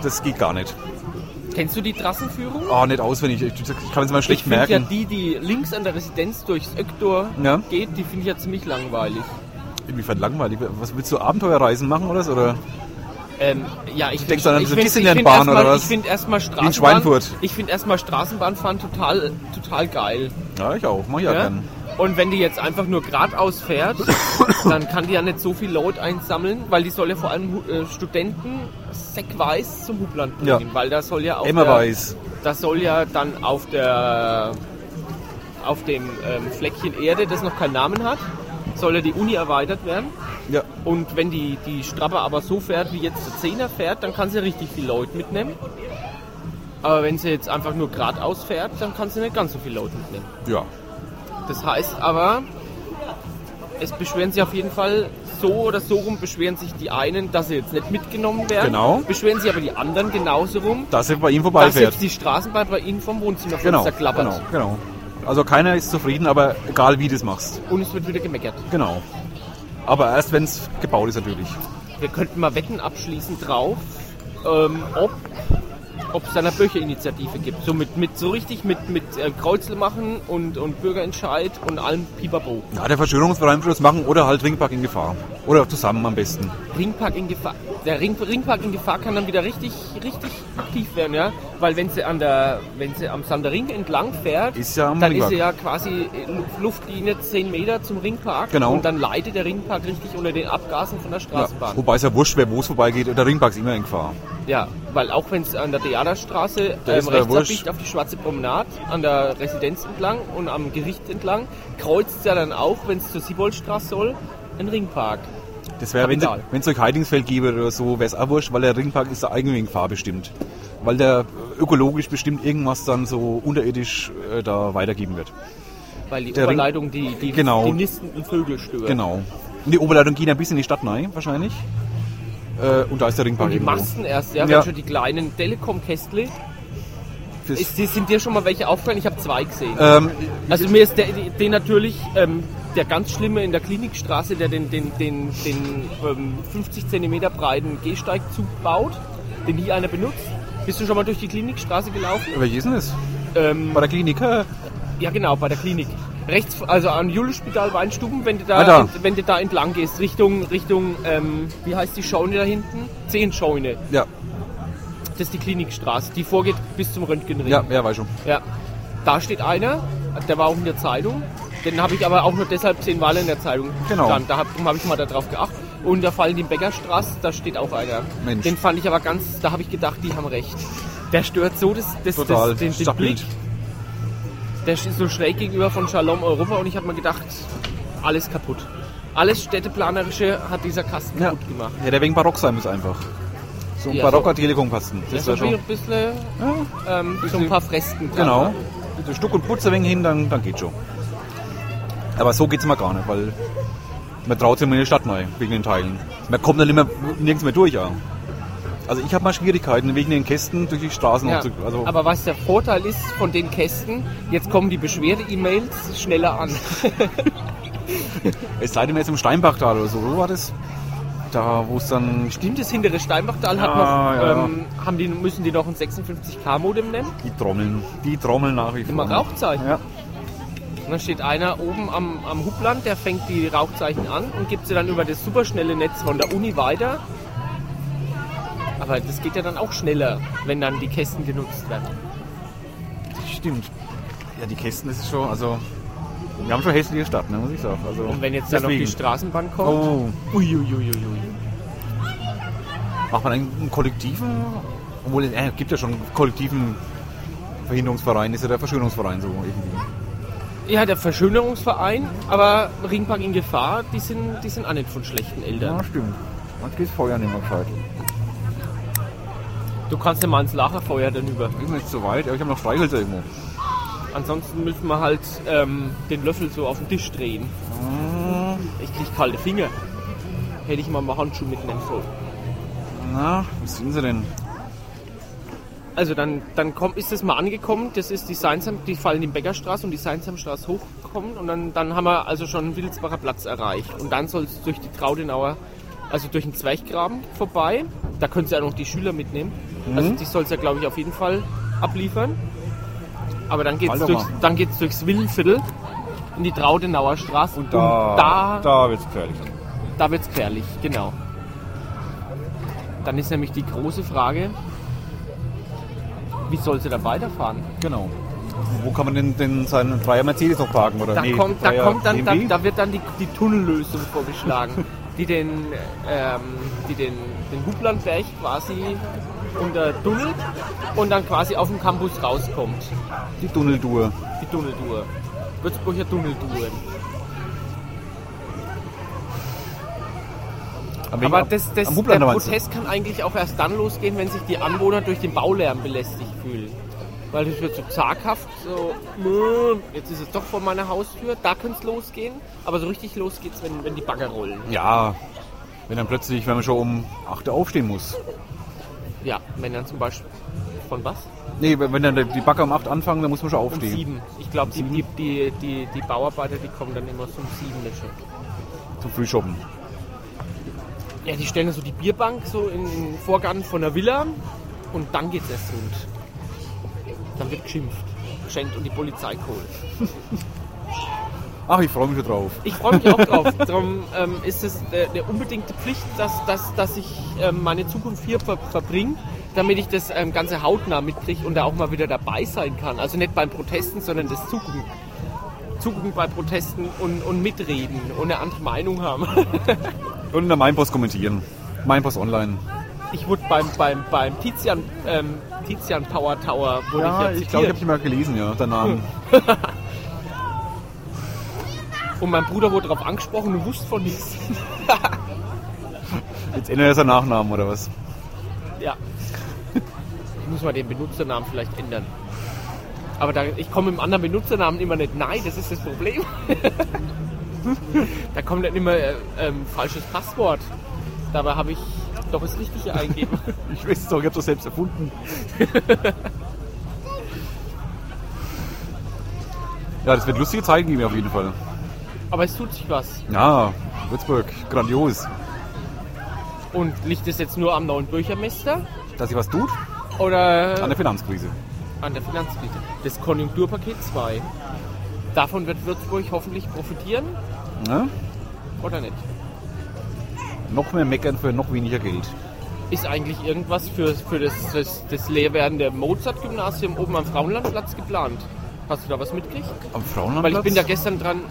S2: das geht gar nicht.
S1: Kennst du die Trassenführung?
S2: Ah, nicht auswendig. Ich, ich kann es mal
S1: ich
S2: schlecht
S1: finde ja
S2: merken.
S1: die, die links an der Residenz durchs Öktor
S2: Ja.
S1: geht, die finde ich ja ziemlich langweilig.
S2: Inwiefern langweilig. Was willst du Abenteuerreisen machen oder so? Oder?
S1: Ähm, ja, ich
S2: denkst
S1: find-
S2: an diese
S1: find-
S2: Disneyland-Bahn
S1: find erstmal-
S2: oder was?
S1: Ich finde erstmal Straßenbahn.
S2: Schweinfurt.
S1: Ich finde erstmal Straßenbahnfahren total, total geil.
S2: Ja, ich auch. Mach ich ja,
S1: Ja?
S2: gern.
S1: Und wenn die jetzt einfach nur geradeaus fährt, dann kann die ja nicht so viel Load einsammeln, weil die soll ja vor allem äh, Studenten säckweiß zum Hubland bringen,
S2: Ja.
S1: weil da soll ja auch
S2: Emma weiß.
S1: Das soll ja dann auf der auf dem ähm, Fleckchen Erde, das noch keinen Namen hat, soll ja die Uni erweitert werden.
S2: Ja.
S1: Und wenn die, die Strapper aber so fährt, wie jetzt der Zehner fährt, dann kann sie richtig viel Leute mitnehmen. Aber wenn sie jetzt einfach nur geradeaus fährt, dann kann sie nicht ganz so viel Leute mitnehmen.
S2: Ja.
S1: Das heißt aber, es beschweren sich auf jeden Fall so oder so rum, beschweren sich die einen, dass sie jetzt nicht mitgenommen werden.
S2: Genau.
S1: Beschweren sich aber die anderen genauso rum,
S2: Dass er bei ihm
S1: dass
S2: vorbeifährt.
S1: jetzt die Straßenbahn bei ihnen vom Wohnzimmerfenster
S2: Genau.
S1: klappert.
S2: Genau, genau. Also keiner ist zufrieden, aber egal wie du es machst.
S1: Und es wird wieder gemeckert.
S2: Genau. Aber erst wenn es gebaut ist natürlich.
S1: Wir könnten mal Wetten abschließen drauf, ähm, ob ob es da eine Bürgerinitiative gibt. So mit, mit so richtig mit, mit äh, Kreuzel machen und, und Bürgerentscheid und allem Pipapo.
S2: Ja, der Verschwörungsverein würde es machen oder halt Ringpark in Gefahr. Oder zusammen am besten.
S1: Ringpark in Gefahr. Der Ring, Ringpark in Gefahr kann dann wieder richtig, richtig aktiv werden, ja. Weil wenn sie an der, wenn sie am Sanderring entlang fährt,
S2: Ist ja am
S1: dann
S2: Ringpark.
S1: ist sie ja quasi Lu- Luftlinie 10 Meter zum Ringpark
S2: Genau.
S1: und dann leidet der Ringpark richtig unter den Abgasen von der
S2: Ja.
S1: Straßenbahn.
S2: Wobei es ja wurscht, wer wo es vorbeigeht, der Ringpark ist immer in Gefahr.
S1: Ja, weil auch wenn es an der Theaterstraße
S2: Da
S1: ähm,
S2: ist mir
S1: rechts
S2: wurscht.
S1: abbiegt auf die Schwarze Promenade, an der Residenz entlang und am Gericht entlang, kreuzt es ja dann auch, wenn es zur Sieboldstraße soll, ein Ringpark.
S2: Das wäre, wenn
S1: Kapital.
S2: es durch Heidingsfeld gäbe oder so, wäre es auch wurscht, weil der Ringpark ist der eigene Gefahr bestimmt. Weil der ökologisch bestimmt irgendwas dann so unterirdisch äh, da weitergeben wird.
S1: Weil die
S2: Der Ring-
S1: Oberleitung die, die,
S2: Genau.
S1: die nistenden Vögel stört.
S2: Genau. Und die Oberleitung geht ein bisschen in die Stadt rein, wahrscheinlich. Äh, und da ist der Ringpark
S1: Und die
S2: irgendwo.
S1: Masten erst, ja,
S2: Ja.
S1: wenn schon die kleinen Telekom-Kästle.
S2: Fürs-
S1: Ist- Sind dir schon mal welche aufgefallen? Ich habe zwei gesehen.
S2: ähm,
S1: Also mir ist der, den natürlich ähm, der ganz schlimme in der Klinikstraße, der den, den, den, den ähm, 50 cm breiten Gehsteigzug baut, den nie einer benutzt. Bist du schon mal durch die Klinikstraße gelaufen?
S2: welches ist denn das?
S1: Ähm,
S2: Bei der Klinik? äh,
S1: ja genau, bei der Klinik. Rechts, also an Julespital Weinstuben, wenn du da,
S2: Ah, da.
S1: ent- wenn du da entlang gehst, Richtung, Richtung, ähm, wie heißt die Scheune da hinten? Zehenscheune.
S2: Ja,
S1: Das ist die Klinikstraße, die vorgeht bis zum Röntgenring.
S2: ja, ja, weiß schon.
S1: Ja. Da steht einer, der war auch in der Zeitung. Den habe ich aber auch nur deshalb zehn Mal in der Zeitung
S2: Genau.
S1: stand. Da habe hab ich mal darauf geachtet. Und da fallen die Bäckerstraße, da steht auch einer.
S2: Mensch.
S1: Den fand ich aber ganz, da habe ich gedacht, die haben recht. Der stört so das, das,
S2: Total
S1: das, den, den
S2: stabil.
S1: Blick. Der steht so schräg gegenüber von Shalom Europa und ich habe mir gedacht, alles kaputt. Alles Städteplanerische hat dieser Kasten
S2: Ja.
S1: kaputt gemacht.
S2: ja, der wegen barock sein muss einfach. So ein
S1: Ja,
S2: barocker Telekom-Kasten.
S1: Ja,
S2: Das
S1: so
S2: wäre schon.
S1: ein bisschen,
S2: Ja,
S1: ähm, so ein paar Fresken. dran,
S2: Genau.
S1: ne?
S2: Bitte Stuck und Putz ein wenig hin, dann, dann geht schon. Aber so geht's mir gar nicht, weil man traut sich immer in die Stadt neu, wegen den Teilen. Man kommt dann immer nirgends mehr durch, ja. Also ich habe mal Schwierigkeiten, wegen den Kästen durch die Straßen
S1: Ja,
S2: hochzu- also
S1: aber was der Vorteil ist von den Kästen, jetzt kommen die Beschwerde-E-Mails schneller an.
S2: Es sei denn, man ist im Steinbachtal oder so, wo war das? Da, wo es dann...
S1: Stimmt, das hintere Steinbachtal hat
S2: Ja,
S1: noch,
S2: Ah, ja.
S1: Ähm, haben die, müssen die noch ein 56K-Modem nennen?
S2: Die Trommeln, die Trommeln nach wie vor. ne?
S1: Immer Rauchzeichen.
S2: Ja.
S1: Und dann steht einer oben am, am Hubland, der fängt die Rauchzeichen an und gibt sie dann über das superschnelle Netz von der Uni weiter. Aber das geht ja dann auch schneller, wenn dann die Kästen genutzt werden.
S2: Stimmt. Ja, die Kästen, das ist schon, also... Wir haben schon hässliche Stadt, ne, muss ich sagen. Also,
S1: Und wenn jetzt dann noch die Straßenbahn kommt,
S2: Oh,
S1: uiuiuiui.
S2: Macht man eigentlich einen kollektiven? Obwohl, es äh, gibt ja schon einen kollektiven Verhinderungsverein, ist ja der Verschönerungsverein so irgendwie.
S1: Ja, der Verschönerungsverein, aber Ringpark in Gefahr, die sind, die sind auch nicht von schlechten Eltern.
S2: stimmt. Sonst geht's Feuer nicht mehr gescheit.
S1: Du kannst ja mal ins Lagerfeuer dann über.
S2: Ist mir nicht zu weit, aber ich habe noch Streichhölzer irgendwo.
S1: Ansonsten müssen wir halt ähm, den Löffel so auf den Tisch drehen. Ich krieg kalte Finger. Hätte ich mal mal Handschuhe mitnehmen sollen.
S2: Na, was sind sie denn?
S1: Also dann, dann kommt, ist das mal angekommen. Das ist die Seinsam, die fallen die Bäckerstraße und die Seinsamstraße hochgekommen und dann, dann haben wir also schon Wittelsbacher Platz erreicht. Und dann soll es durch die Traudenauer, also durch den Zwerchgraben vorbei. Da können sie ja noch die Schüler mitnehmen. Also die soll es ja glaube ich auf jeden Fall abliefern. Aber dann geht's
S2: Halt doch
S1: durchs,
S2: mal.
S1: dann geht's durchs Willenviertel in die Traudenauer Straße und da, da,
S2: da wird's gefährlich.
S1: da wird's gefährlich, genau. Dann ist nämlich die große Frage, wie soll sie dann weiterfahren?
S2: Genau. Wo kann man denn, denn seinen Dreier Mercedes noch parken? Oder?
S1: Da,
S2: nee,
S1: kommt, da,
S2: Dreier
S1: kommt dann, da,
S2: BMW?
S1: da wird dann die, die Tunnellösung vorgeschlagen, die den, ähm, die den, den Hublandberg quasi untertunnelt und dann quasi auf dem Campus rauskommt.
S2: die Tunneltour.
S1: Die Tunneltour. Würzburger Dummelduren. Aber das, das,
S2: am
S1: der
S2: Hublander meinst du?
S1: Protest kann eigentlich auch erst dann losgehen, wenn sich die Anwohner durch den Baulärm belästigt fühlen. Weil das wird so zaghaft, so, "Mö, jetzt ist es doch vor meiner Haustür, da könnte es losgehen. Aber so richtig los geht's, wenn, wenn die Bagger rollen.
S2: Ja, wenn dann plötzlich, wenn man schon um 8 Uhr aufstehen muss.
S1: Ja, wenn dann zum Beispiel. Von was?
S2: Nee, wenn wenn dann die Bagger um 8 anfangen, dann muss man schon
S1: Um
S2: aufstehen.
S1: sieben. Ich glaube, die, die, die, die, die Bauarbeiter, die kommen dann immer so um sieben nicht schon.
S2: Zum Frühshoppen.
S1: Ja, die stellen dann so die Bierbank so in den Vorgarten von der Villa und dann geht's erst rund. Dann wird geschimpft, geschenkt und die Polizei geholt.
S2: Ach, ich freue mich schon drauf.
S1: Ich freue mich auch drauf. Darum ähm, ist es äh, eine unbedingte Pflicht, dass, dass, dass ich ähm, meine Zukunft hier ver verbringe, damit ich das ähm, Ganze hautnah mitkriege und da auch mal wieder dabei sein kann. Also nicht beim Protesten, sondern das Zugucken. Zugucken bei Protesten und, und mitreden und eine andere Meinung haben.
S2: Und in der Mainpost kommentieren. Mainpost online.
S1: Ich wurde beim, beim, beim Tizian, ähm, Tizian Power Tower wurde ich ja
S2: ich glaube, ich
S1: zitiert.
S2: habe dich mal gelesen, ja, deinen Namen.
S1: und mein Bruder wurde darauf angesprochen und wusste von nichts.
S2: Jetzt ändert er seinen Nachnamen oder was?
S1: ja. Ich muss mal den Benutzernamen vielleicht ändern. Aber da, ich komme im anderen Benutzernamen immer nicht nein, das ist das Problem. da kommt dann immer äh, ähm, falsches Passwort. Dabei habe ich doch das Richtige eingegeben.
S2: Ich weiß es doch, ich habe das selbst erfunden. ja, das wird lustige Zeiten geben auf jeden Fall.
S1: Aber es tut sich was.
S2: Ja, Würzburg, grandios.
S1: Und liegt es jetzt nur am neuen Bürgermeister
S2: Dass sich was tut
S1: oder
S2: an der Finanzkrise.
S1: an der Finanzkrise. Das Konjunkturpaket 2. Davon wird Würzburg hoffentlich profitieren
S2: Ne?
S1: oder nicht?
S2: Noch mehr meckern für noch weniger Geld.
S1: Ist eigentlich irgendwas für, für das, das, das Lehrwerden der Mozart-Gymnasium oben am Frauenlandplatz geplant? Hast du da was mitgekriegt?
S2: Am Frauenlandplatz?
S1: Weil ich bin da gestern dran,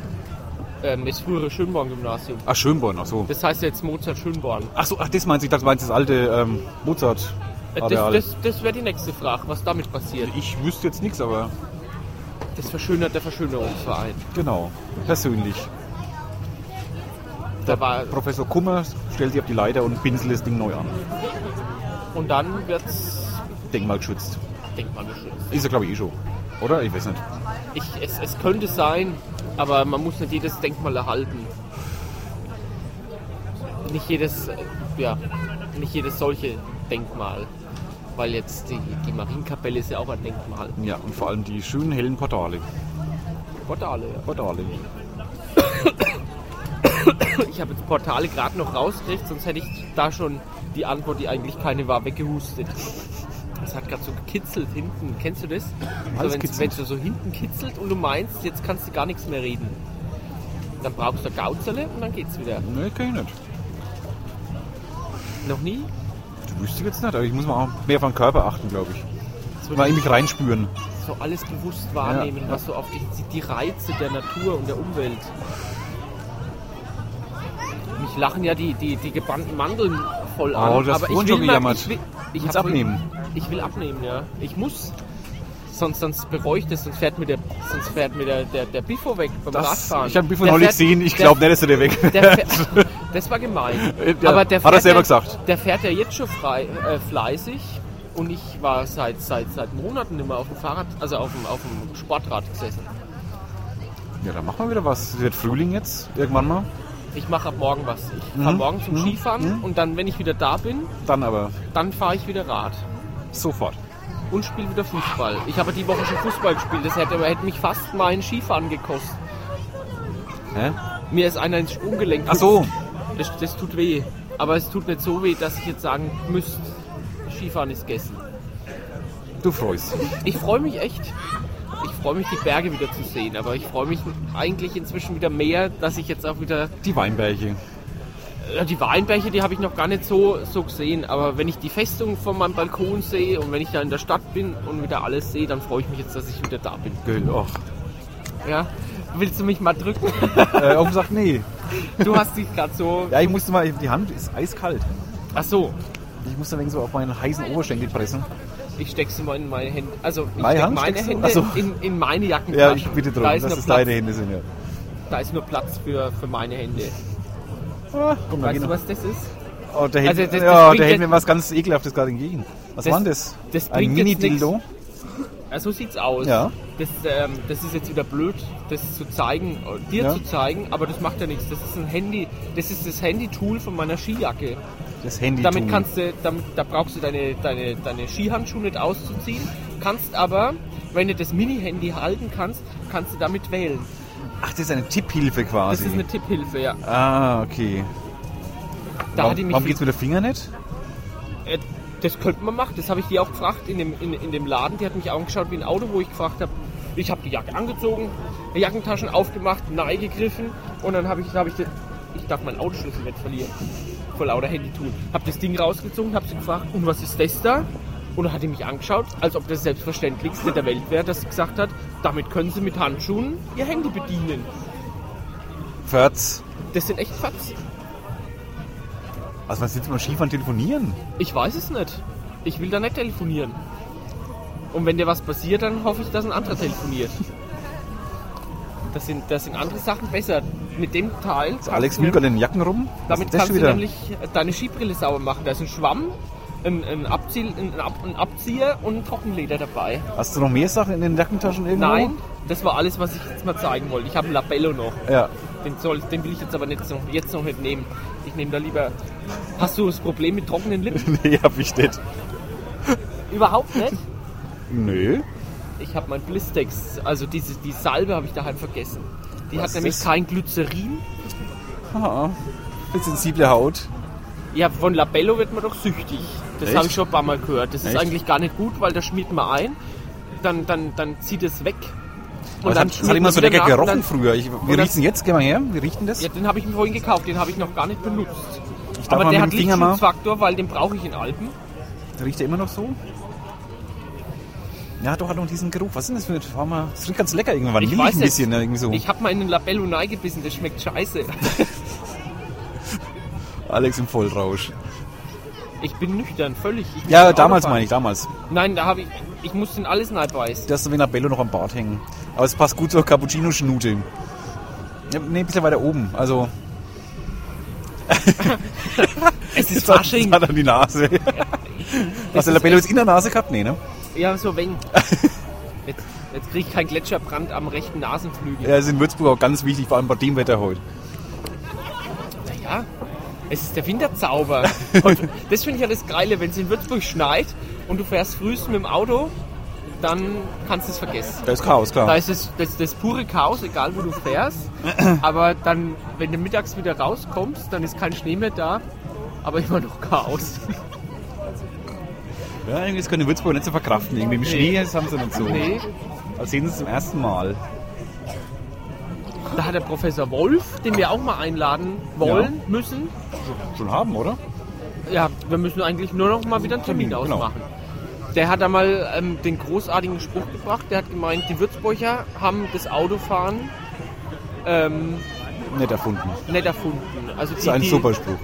S1: ähm, das frühere Schönborn-Gymnasium.
S2: Ach, Schönborn, ach so.
S1: Das heißt jetzt Mozart-Schönborn.
S2: Ach so, ach, das meinst du, ich dachte, du meinst das alte ähm, Mozart.
S1: Äh, Das, das, das wäre die nächste Frage, was damit passiert.
S2: ich wüsste jetzt nichts, aber
S1: Das verschönert der Verschönerungsverein.
S2: genau, persönlich.
S1: Da war,
S2: Professor Kummer stellt sich auf die Leiter und pinselt das Ding neu an.
S1: und dann wird's
S2: Denkmalgeschützt.
S1: denkmalgeschützt.
S2: Ist er, glaube ich, eh schon. Oder? Ich weiß nicht.
S1: Ich, es, es könnte sein, aber man muss nicht jedes Denkmal erhalten. Nicht jedes, äh, ja, nicht jedes solche Denkmal. Weil jetzt die, die Marienkapelle ist ja auch ein Denkmal.
S2: Ja, und vor allem die schönen hellen Portale.
S1: Portale, ja.
S2: Portale.
S1: Ich habe jetzt Portale gerade noch rausgekriegt, sonst hätte ich da schon die Antwort, die eigentlich keine war, weggehustet. Es hat gerade so gekitzelt hinten. Kennst du das?
S2: Alles
S1: So, wenn's-
S2: kitzelt.
S1: wenn du so hinten kitzelt und du meinst, jetzt kannst du gar nichts mehr reden. Dann brauchst du Gauzerle und dann geht's wieder.
S2: Ne, kenn ich nicht.
S1: Noch nie?
S2: Du wüsste jetzt nicht, aber ich muss mal auch mehr auf den Körper achten, glaube ich.
S1: So,
S2: Mal in mich reinspüren.
S1: so alles bewusst wahrnehmen,
S2: Ja, ja.
S1: was so auf dich zieht, die Reize der Natur und der Umwelt. Mich lachen ja die, die, die gebannten Mandeln voll an.
S2: Oh, du hast
S1: aber
S2: vorhin
S1: ich
S2: schon
S1: will mal,
S2: gejammert.
S1: ich will, ich
S2: Willst
S1: hab wohl-
S2: abnehmen?
S1: Ich will abnehmen, ja. Ich muss. Sonst, sonst bereue ich das, sonst fährt mir der, sonst fährt mir der, der, der Biffo weg beim
S2: Das,
S1: Radfahren.
S2: ich habe Biffo
S1: Der
S2: neulich
S1: fährt-
S2: gesehen, ich
S1: der-
S2: glaube nicht, dass er der weg.
S1: der fährt, das war gemein.
S2: Ja,
S1: Aber der
S2: Äh, hat er
S1: fährt
S2: selber
S1: ja,
S2: gesagt.
S1: Der fährt ja jetzt schon frei, äh, fleißig. Und ich war seit, seit, seit Monaten immer auf dem Fahrrad, also auf dem, auf dem Sportrad gesessen.
S2: Ja, dann machen wir wieder was. Es wird Frühling jetzt, irgendwann mal.
S1: Ich mache ab morgen was. Ich
S2: Mhm.
S1: fahre morgen zum Skifahren und dann, wenn ich wieder da bin,
S2: Dann aber
S1: dann fahre ich wieder Rad
S2: sofort.
S1: und spiele wieder Fußball. Ich habe die Woche schon Fußball gespielt, das hätte, hätte mich fast mein Skifahren gekostet.
S2: Hä?
S1: Mir ist einer ins Sprunggelenk.
S2: Ach so.
S1: Das, das tut weh. Aber es tut nicht so weh, dass ich jetzt sagen müsste, Skifahren ist gegessen.
S2: Du freust dich.
S1: Ich freue mich echt. Ich freue mich, die Berge wieder zu sehen, aber ich freue mich eigentlich inzwischen wieder mehr, dass ich jetzt auch wieder.
S2: Die Weinberge.
S1: Ja, die Weinberge, die habe ich noch gar nicht so, so gesehen, aber wenn ich die Festung von meinem Balkon sehe und wenn ich da in der Stadt bin und wieder alles sehe, dann freue ich mich jetzt, dass ich wieder da bin.
S2: Gell, ach.
S1: Ja? Willst du mich mal drücken?
S2: Äh, auf sagt nee.
S1: Du hast dich gerade so.
S2: Ja, ich musste mal, die Hand ist eiskalt.
S1: Ach so,
S2: Ich musste wegen so auf meinen heißen Oberschenkel pressen.
S1: Ich steck's immer in meine Hände. Also ich
S2: Meine
S1: steck
S2: Hand
S1: meine
S2: steckst du?
S1: Hände
S2: Ach so.
S1: in, in meine Jackentasche.
S2: Ja, ich bitte drum,
S1: Da
S2: dass
S1: ist, nur
S2: es
S1: Platz,
S2: deine Hände sind. Ja.
S1: da ist nur Platz für, für meine Hände.
S2: Ah, komm, dann
S1: Weißt
S2: geh
S1: du,
S2: noch.
S1: was das ist?
S2: Oh, da hält,
S1: Also das- das
S2: ja,
S1: bringt
S2: da
S1: jetzt-
S2: hält mir was ganz Ekelhaftes gerade entgegen. Was
S1: Das-
S2: war denn das?
S1: das
S2: Ein
S1: bringt jetzt
S2: Mini-Dildo?
S1: Ja, so sieht's aus.
S2: Ja.
S1: Das, ähm, das ist jetzt wieder blöd, das zu zeigen, äh, dir
S2: Ja.
S1: zu zeigen, aber das macht ja nichts. Das ist ein Handy, das ist das Handy-Tool von meiner Skijacke.
S2: Das Handy.
S1: Damit kannst du, damit, da brauchst du deine, deine, deine Skihandschuhe nicht auszuziehen, kannst aber, wenn du das Mini-Handy halten kannst, kannst du damit wählen.
S2: Ach, das ist eine Tipphilfe
S1: Das
S2: quasi.
S1: ist eine Tipphilfe, ja.
S2: ah, okay.
S1: Da
S2: warum
S1: hat die mich
S2: warum geht's mit der Finger nicht?
S1: Äh, Das könnte man machen. Das habe ich die auch gefragt in dem, in, in dem Laden. Die hat mich angeschaut wie ein Auto, wo ich gefragt habe. Ich habe die Jacke angezogen, die Jackentaschen aufgemacht, nein gegriffen und dann habe ich, habe ich, das, ich darf meinen Autoschlüssel nicht verlieren. Vor lauter Handy tun. Habe das Ding rausgezogen, habe sie gefragt, und was ist das da? Und dann hat die mich angeschaut, als ob das Selbstverständlichste der Welt wäre, dass sie gesagt hat, damit können sie mit Handschuhen ihr Handy bedienen.
S2: Fertz.
S1: Das sind echt Fats.
S2: Also, was sitzt man Skifahren telefonieren?
S1: Ich weiß es nicht. Ich will da nicht telefonieren. Und wenn dir was passiert, dann hoffe ich, dass ein anderer telefoniert. Das sind, das sind andere Sachen besser. Mit dem Teil. kannst
S2: Ist Alex
S1: du,
S2: Müller in den Jacken rum? Was
S1: damit
S2: ist das
S1: kannst
S2: schon
S1: du
S2: wieder?
S1: nämlich deine Skibrille sauber machen. Da ist ein Schwamm, ein, ein, Abzieh, ein, Ab, ein Abzieher und ein Trockenleder dabei.
S2: Hast du noch mehr Sachen in den Jackentaschen irgendwo?
S1: Nein, das war alles, was ich jetzt mal zeigen wollte. Ich habe ein Labello noch.
S2: Ja.
S1: Den, soll, den will ich jetzt aber nicht, so- jetzt noch nicht nehmen. Ich nehme da lieber. Hast du das Problem mit trockenen Lippen?
S2: nee, hab ich nicht.
S1: Überhaupt nicht?
S2: Nö.
S1: Ich habe mein Blistex, also diese, die Salbe habe ich da halt vergessen. Die
S2: Was
S1: hat nämlich
S2: ist das?
S1: kein Glycerin.
S2: Ah, bisschen sensible Haut.
S1: Ja, von Labello wird man doch süchtig. Das
S2: Echt?
S1: habe ich schon ein paar Mal gehört. Das ist
S2: Echt?
S1: eigentlich gar nicht gut, weil da schmiert man ein, dann, dann, dann zieht es weg.
S2: Und das hat, das hat immer so
S1: der
S2: lecker gerochen früher. Ich, wir
S1: dann-
S2: riechen jetzt, geh mal her, wir riechen das.
S1: Ja, den habe ich mir vorhin gekauft, den habe ich noch gar nicht benutzt.
S2: ich darf
S1: Aber
S2: mal
S1: der
S2: mit
S1: hat
S2: dem Finger mal.
S1: Lichtschutzfaktor, weil den brauche ich in Alpen.
S2: Riecht er immer noch so? Ja, doch, hat noch diesen Geruch. Was ist denn das für ein Pharma? Das riecht ganz lecker irgendwann. Vanille ein
S1: nicht.
S2: bisschen ne, irgendwie so.
S1: Ich habe mal in den Labello neigebissen, das schmeckt scheiße.
S2: Alex im Vollrausch.
S1: Ich bin nüchtern, völlig. Ich muss
S2: Ja,
S1: Auto
S2: damals
S1: fahren.
S2: meine ich, damals.
S1: Nein, da habe ich, ich musste in alles neibeißen.
S2: Das ist wie Bello noch am Bart hängen. Aber es passt gut zur Cappuccino-Schnute. Ja, nee, ein bisschen weiter oben. Also,
S1: Es ist
S2: das hat-
S1: Fasching.
S2: das hat an die Nase. Hast du
S1: ist
S2: Labello jetzt in der Nase gehabt? Nee, ne?
S1: Ja, so wegen. Jetzt, jetzt kriege ich keinen Gletscherbrand am rechten Nasenflügel.
S2: Ja, ist in Würzburg auch ganz wichtig, vor allem bei dem Wetter heute.
S1: Na ja, es ist der Winterzauber. Und das finde ich ja das Geile, wenn es in Würzburg schneit und du fährst frühest mit dem Auto, dann kannst du es vergessen.
S2: Da ist Chaos, klar.
S1: Da ist es das, das pure Chaos, egal wo du fährst. Aber dann, wenn du mittags wieder rauskommst, dann ist kein Schnee mehr da, aber immer noch Chaos.
S2: ja, irgendwie das können die Würzburger nicht so verkraften. Irgendwie im Schnee das haben sie nicht so.
S1: Nee,
S2: Das sehen sie zum ersten Mal.
S1: da hat der Professor Wolf, den wir auch mal einladen wollen, müssen,
S2: Schon haben, oder?
S1: Ja, wir müssen eigentlich nur noch mal wieder einen Termin
S2: Termin, genau.
S1: ausmachen. Der hat da mal ähm, den großartigen Spruch gebracht. Der hat gemeint, die Würzburger haben das Autofahren ähm,
S2: Nicht erfunden.
S1: nicht erfunden. Also
S2: Das ist ein
S1: die,
S2: super Spruch.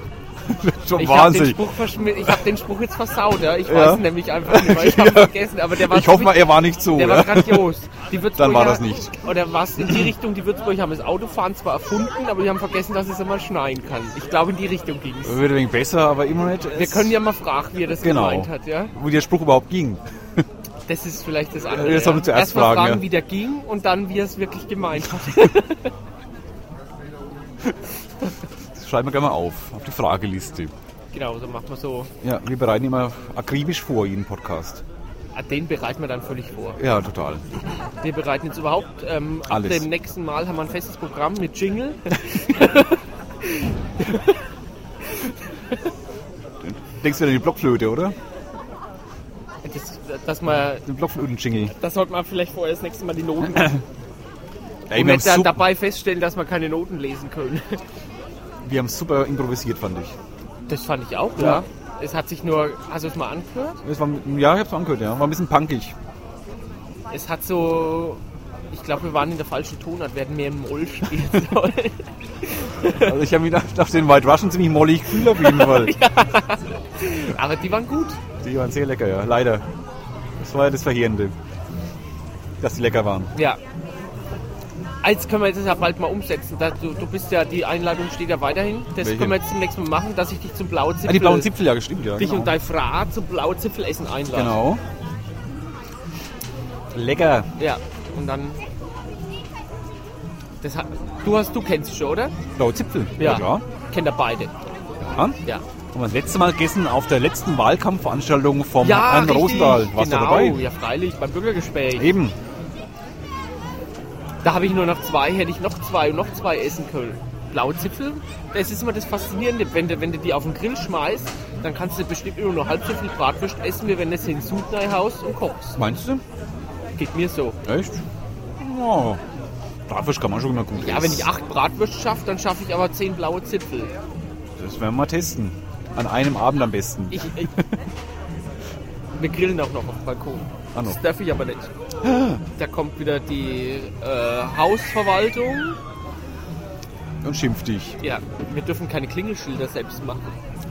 S2: Schon
S1: Ich habe den,
S2: wahnsinnig.
S1: Spruch verschmi- ich hab den Spruch jetzt versaut. Ja? Ich
S2: Ja.
S1: weiß ihn nämlich einfach nicht, mehr. ich habe vergessen. Aber der war
S2: Ich hoffe mal,
S1: ziemlich-
S2: er war nicht so.
S1: der war
S2: Oder?
S1: grandios. Die Würzburger,
S2: Dann war das nicht.
S1: Oder war es in die Richtung, die Würzburger haben das Autofahren zwar erfunden, aber die haben vergessen, dass es immer schneien kann. Ich glaube, in die Richtung ging es.
S2: Wird ein wenig besser, aber immer nicht.
S1: Wir können ja mal fragen, wie er das
S2: Genau.
S1: gemeint hat. Ja?
S2: Wo der Spruch überhaupt ging.
S1: Das ist vielleicht das andere.
S2: Jetzt haben wir zuerst
S1: Erstmal
S2: Fragen,
S1: fragen,
S2: ja.
S1: wie der ging und dann, wie er es wirklich gemeint hat.
S2: Das schreiben wir gerne mal auf, auf die Frageliste.
S1: genau, so macht man so.
S2: Ja, wir bereiten immer akribisch vor jeden Podcast.
S1: Ah, Den bereiten wir dann völlig vor.
S2: Ja, total.
S1: Wir bereiten jetzt überhaupt. Ähm, ab
S2: Alles.
S1: Dem nächsten Mal haben wir ein festes Programm mit Jingle.
S2: Denkst du wieder an die Blockflöte, oder?
S1: Das, dass man,
S2: Den Blockflöten-Jingle.
S1: das sollte man vielleicht vorher das nächste Mal die Noten
S2: Ey,
S1: und
S2: wir, haben
S1: nicht dann
S2: super,
S1: dabei feststellen, dass man keine Noten lesen können.
S2: wir haben super improvisiert, fand ich.
S1: Das fand ich auch,
S2: Ja.
S1: ja. Es hat sich nur, hast du es mal angehört?
S2: Das war, ja, ich hab's angehört, ja. War ein bisschen punkig.
S1: Es hat so, ich glaube, wir waren in der falschen Tonart, wir hätten mehr im Moll spielen sollen.
S2: Also ich habe mich nach, nach den White Russian ziemlich mollig gefühlt auf jeden Fall.
S1: Aber die waren gut.
S2: Die waren sehr lecker, ja. Leider. Das war ja das Verheerende. Dass die lecker waren.
S1: Ja. Eins können wir jetzt ja bald mal umsetzen. Da, du, du bist ja, die Einladung steht ja weiterhin. Das
S2: Welche?
S1: können wir jetzt zum nächsten Mal machen, dass ich dich zum Blauzipfel,
S2: Ah, die blauen Zipfel, ja, gestimmt, ja.
S1: dich
S2: genau.
S1: und dein Fra zum Blauzipfelessen einlade.
S2: Genau. Lecker.
S1: Ja. Und dann. Das hat, du hast, du kennst schon, oder?
S2: Blaue Zipfel. klar.
S1: Kennt ihr beide.
S2: Ja.
S1: Ja.
S2: Haben wir das letzte Mal gegessen auf der letzten Wahlkampfveranstaltung vom
S1: Ja,
S2: Herrn
S1: richtig.
S2: Rosendahl. Warst
S1: genau.
S2: du dabei?
S1: Ja, freilich, beim Bürgergespräch.
S2: Eben.
S1: Da habe ich nur noch zwei, hätte ich noch zwei und noch zwei essen können. Blauzipfel, das ist immer das Faszinierende, wenn du, wenn du die auf den Grill schmeißt, dann kannst du bestimmt immer nur halb so viel Bratwurst essen, wie wenn du sie in Sud haust und kochst.
S2: Meinst du?
S1: Geht mir so.
S2: Echt? Ja. Bratwurst kann man schon immer gut essen.
S1: Ja, wenn ich acht Bratwürste schaffe, dann schaffe ich aber zehn blaue Zipfel.
S2: Das werden wir mal testen. An einem Abend am besten.
S1: Ich, ich Wir grillen auch noch auf dem Balkon.
S2: Ah, noch.
S1: Das darf ich aber nicht. Da kommt wieder die äh, Hausverwaltung.
S2: Und schimpf dich.
S1: Ja, wir dürfen keine Klingelschilder selbst machen.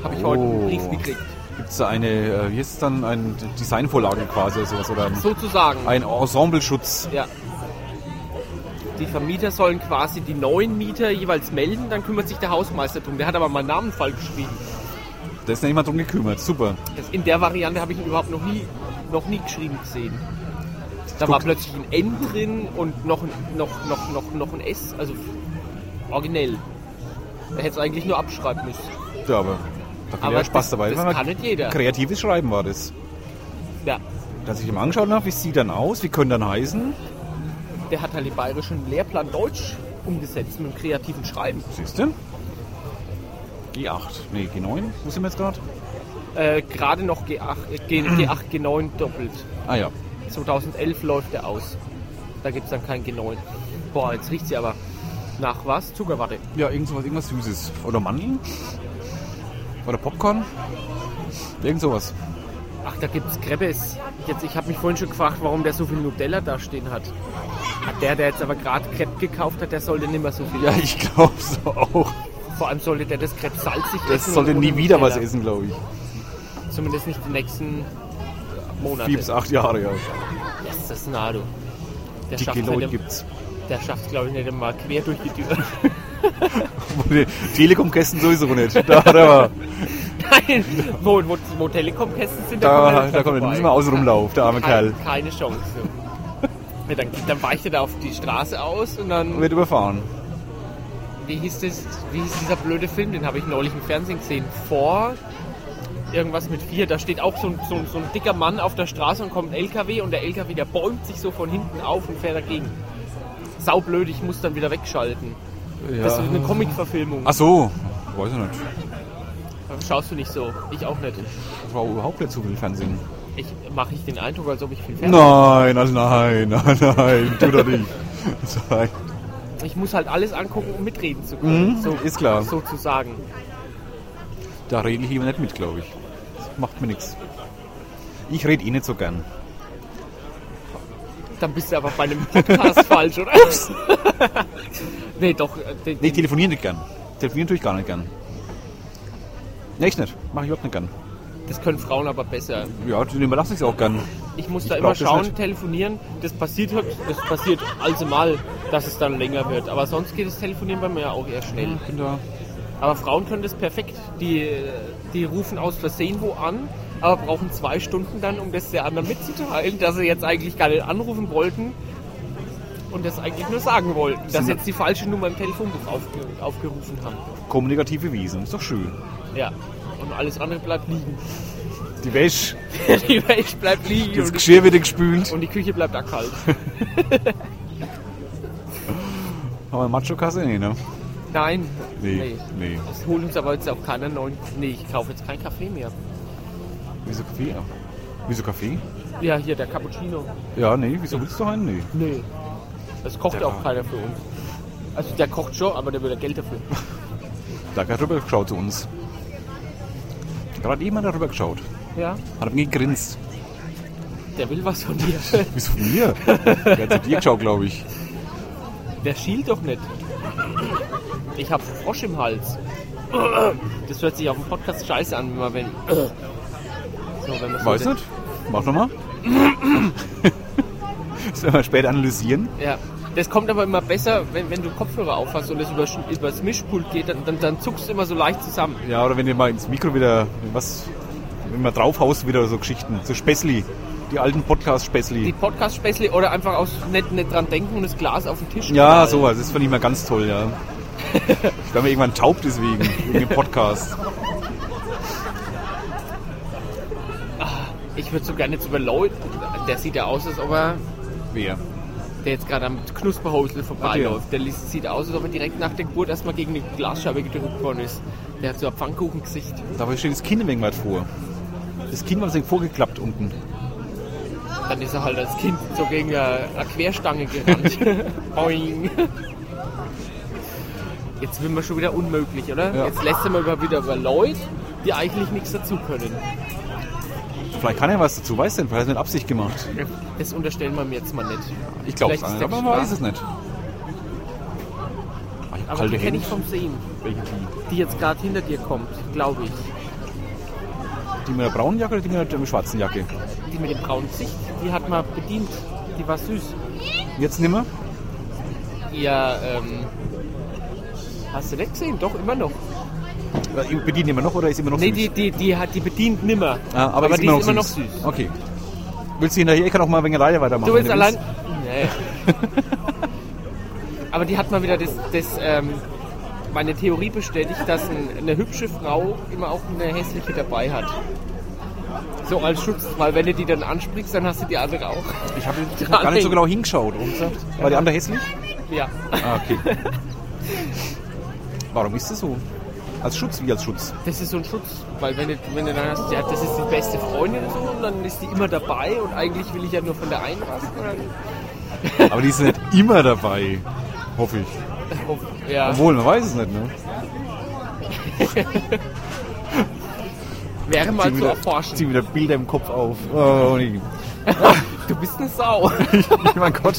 S1: Habe ich
S2: Oh.
S1: heute einen Brief gekriegt.
S2: Gibt es da eine, äh, wie ist es dann, eine Designvorlage quasi oder sowas? Oder ein,
S1: Sozusagen.
S2: ein Ensembleschutz?
S1: Ja. Die Vermieter sollen quasi die neuen Mieter jeweils melden, dann kümmert sich der Hausmeister drum. Der hat aber meinen Namen falsch geschrieben.
S2: Da ist noch jemand drum gekümmert. Super.
S1: Das, in der Variante habe ich ihn überhaupt noch nie, noch nie geschrieben gesehen. Da war
S2: Guck.
S1: plötzlich ein N drin und noch, ein- noch, noch, noch, noch ein S, also originell. Er hätte es eigentlich nur abschreiben müssen.
S2: Ja, aber da kommt ja Spaß
S1: das,
S2: dabei.
S1: das
S2: Wenn man
S1: kann nicht jeder.
S2: Kreatives Schreiben war das.
S1: Ja,
S2: Dass ich ihm angeschaut habe, wie sieht dann aus, wie können dann heißen.
S1: der hat halt den bayerischen Lehrplan Deutsch umgesetzt mit dem kreativen Schreiben.
S2: Siehst du? G8, nee, G9, wo sind wir jetzt gerade?
S1: Äh, Gerade noch G8, äh, G, G8, G9 doppelt.
S2: Ah ja,
S1: 2011 läuft der aus. Da gibt es dann kein G9. Boah, jetzt riecht sie aber nach was? Zuckerwatte.
S2: ja, irgend sowas, irgendwas Süßes. Oder Mandeln? Oder Popcorn? Irgend sowas.
S1: Ach, da gibt's Krebs. Jetzt, ich habe mich vorhin schon gefragt, warum der so viel Nutella da stehen hat. Hat der, der jetzt aber gerade Crepe gekauft hat, der sollte nicht mehr so viel.
S2: Ja, ich glaube so auch.
S1: Vor allem sollte der das Crepe salzig essen.
S2: Das
S1: und
S2: sollte
S1: ohne
S2: nie wieder was
S1: Nutella.
S2: essen, glaube ich.
S1: Zumindest nicht die nächsten Monate.
S2: Vier bis acht Jahre, ja.
S1: Yes, das ist Nado. Der
S2: Die
S1: schafft
S2: G9
S1: es,
S2: gibt's.
S1: der schafft's, glaube ich, nicht mal quer durch die Tür.
S2: Wo die Telekom-Kästen sowieso nicht. Da, da,
S1: Nein, wo, wo, wo Telekom-Kästen sind,
S2: da,
S1: nicht
S2: da kommt er
S1: vorbei.
S2: nicht mal außen rumlaufen, der arme
S1: Keine,
S2: Kerl.
S1: keine Chance. Ja, dann, dann weicht er da auf die Straße aus und dann.
S2: Wird überfahren.
S1: Wie hieß, das, wie hieß dieser blöde Film? Den habe ich neulich im Fernsehen gesehen. Vor irgendwas mit vier. Da steht auch so ein, so, ein- so ein dicker Mann auf der Straße und kommt ein LKW und der LKW, der bäumt sich so von hinten auf und fährt dagegen. Saublöd, ich muss dann wieder wegschalten. Das ist eine Comic-Verfilmung.
S2: Ach so, weiß ich nicht.
S1: Schaust du nicht so? Ich auch nicht.
S2: Ich war überhaupt nicht so viel Fernsehen.
S1: Ich mache ich den Eindruck, als ob ich viel Fernsehen.
S2: Nein, also nein, nein, nein, tu doch nicht. Nein.
S1: Ich muss halt alles angucken, um mitreden zu können.
S2: Mhm, ist klar.
S1: Sozusagen.
S2: Da rede ich immer nicht mit, glaube ich. Das macht mir nichts. Ich rede eh nicht so gern.
S1: Dann bist du aber bei einem Podcast falsch, oder? nee, doch. äh, Den,
S2: Nee, ich telefoniere nicht gern. Telefonieren tue ich gar nicht gern. Nee, ich nicht. Mache ich überhaupt nicht gern.
S1: das können Frauen aber besser.
S2: Ja, den überlasse ich es auch gern.
S1: Ich muss
S2: Ich
S1: da
S2: glaub,
S1: immer
S2: das
S1: schauen,
S2: nicht.
S1: telefonieren. Das passiert, höchst- das passiert also mal, dass es dann länger wird. Aber sonst geht das Telefonieren bei mir ja auch eher schnell.
S2: Ich bin da.
S1: Aber Frauen können das perfekt. Die, die rufen aus Versehen wo an, aber brauchen zwei Stunden dann, um das der anderen mitzuteilen, dass sie jetzt eigentlich gar nicht anrufen wollten und das eigentlich nur sagen wollten, dass
S2: Sind-
S1: jetzt die falsche Nummer im Telefonbuch aufge- aufgerufen haben.
S2: Kommunikative Wiesen. Ist doch schön.
S1: Ja. Und alles andere bleibt liegen.
S2: Die Wäsche,
S1: die Welt bleibt liegen
S2: das
S1: und die,
S2: Geschirr wird gespült.
S1: und die Küche bleibt auch kalt.
S2: Haben wir Macho-Kasse? Nee, ne?
S1: Nein.
S2: Nee, nee.
S1: Es holt uns aber jetzt auch keiner neuen. Nee, ich kaufe jetzt keinen Kaffee mehr.
S2: Wieso Kaffee? Ja. Wieso Kaffee?
S1: Ja, hier der Cappuccino.
S2: Ja, nee. Wieso willst du einen? Nee.
S1: Nee. Das kocht
S2: Der
S1: auch
S2: war-
S1: keiner für uns. Also der kocht schon, aber der will ja Geld dafür.
S2: Da hat er rüber geschaut zu uns. Gerade jemand hat rüber geschaut.
S1: Ja?
S2: Hat mir gegrinst.
S1: Der will was von dir.
S2: Wieso von mir? Der hat zu dir geschaut, glaube ich.
S1: der schielt doch nicht. Ich hab Frosch im Hals. Das hört sich auf dem Podcast scheiße an, wenn man wenn. So, wenn man so
S2: Weiß
S1: den-
S2: nicht. Mach nochmal. Das werden wir später analysieren.
S1: Ja. Das kommt aber immer besser, wenn, wenn du Kopfhörer aufhast und es über, übers Mischpult geht, dann, dann, dann zuckst du immer so leicht zusammen.
S2: Ja, oder wenn ihr mal ins Mikro wieder was, wenn man draufhaust, wieder so Geschichten. So Spessli, die alten
S1: Die
S2: Podcast-Spessli.
S1: Podcast-Späßle oder einfach aus nicht, nicht dran denken und das Glas auf den Tisch
S2: Ja,
S1: knallen.
S2: sowas. Das fand ich immer ganz toll, ja. Ich war mir irgendwann taub deswegen, wegen dem Podcast.
S1: Ich würde so gerne jetzt über Lloyd, der sieht ja aus, als ob er,
S2: Wer?
S1: der jetzt gerade am Knusperhosel vorbeiläuft,
S2: Ach,
S1: der li- sieht aus, als ob er direkt nach der Geburt erstmal gegen eine Glasscheibe gedrückt worden ist. Der hat so ein Pfannkuchengesicht.
S2: Dabei steht das Kind ein wenig weit vor. Das Kind war ein wenig vorgeklappt unten.
S1: Dann ist er halt als Kind so gegen eine, eine Querstange gerannt. Boing. Jetzt sind wir schon wieder unmöglich, oder?
S2: Ja.
S1: Jetzt lässt er mal über- wieder über Leute, die eigentlich nichts dazu können.
S2: Vielleicht kann er was dazu, weiß denn, vielleicht hat er es mit Absicht gemacht.
S1: Das unterstellen wir mir jetzt mal nicht.
S2: Ich glaube es
S1: Vielleicht
S2: nicht,
S1: ist der
S2: aber man weiß
S1: Geschmack-
S2: es nicht. Ah, ich hab
S1: Aber die
S2: kalte
S1: kenne
S2: Hände.
S1: ich vom Sehen,
S2: Welche die?
S1: die jetzt gerade hinter dir kommt, glaube ich.
S2: Die mit der braunen Jacke oder die mit der ähm, schwarzen Jacke?
S1: Die mit dem braunen Gesicht, die hat mal bedient. Die war süß.
S2: Jetzt nimmer?
S1: Ja, ähm. Hast du nicht gesehen? Doch, immer noch.
S2: Äh, Bedient immer noch oder ist immer noch
S1: Nee,
S2: süß?
S1: die, die, die, hat, die bedient nimmer.
S2: Ah, aber,
S1: die ist immer
S2: süß.
S1: noch süß.
S2: Okay. Willst du hinterher? Ich kann auch mal wegen Reihe weitermachen.
S1: Du willst
S2: wenn
S1: allein. Nee. Aber die hat mal wieder das, das ähm, meine Theorie bestätigt, dass ein, eine hübsche Frau immer auch eine hässliche dabei hat. So als Schutz, weil wenn du die dann ansprichst, dann hast du die andere auch.
S2: willst. Ich habe hab gar nicht so genau hingeschaut. warum gesagt? War die andere hässlich?
S1: Ja.
S2: Ah, okay. Warum ist das so? Als Schutz wie als Schutz?
S1: Das ist so ein Schutz, weil wenn du, wenn du dann hast, ja, das ist die beste Freundin und so, und dann ist die immer dabei und eigentlich will ich ja nur von der einen was. und dann-
S2: Aber die ist nicht immer dabei. Hoffe ich.
S1: Ja.
S2: Obwohl, man weiß es nicht, ne?
S1: Wäre mal
S2: Zieh
S1: zu
S2: wieder-
S1: erforschen.
S2: zieh wieder Bilder im Kopf auf. Oh, nee.
S1: Du bist eine Sau.
S2: mein Gott.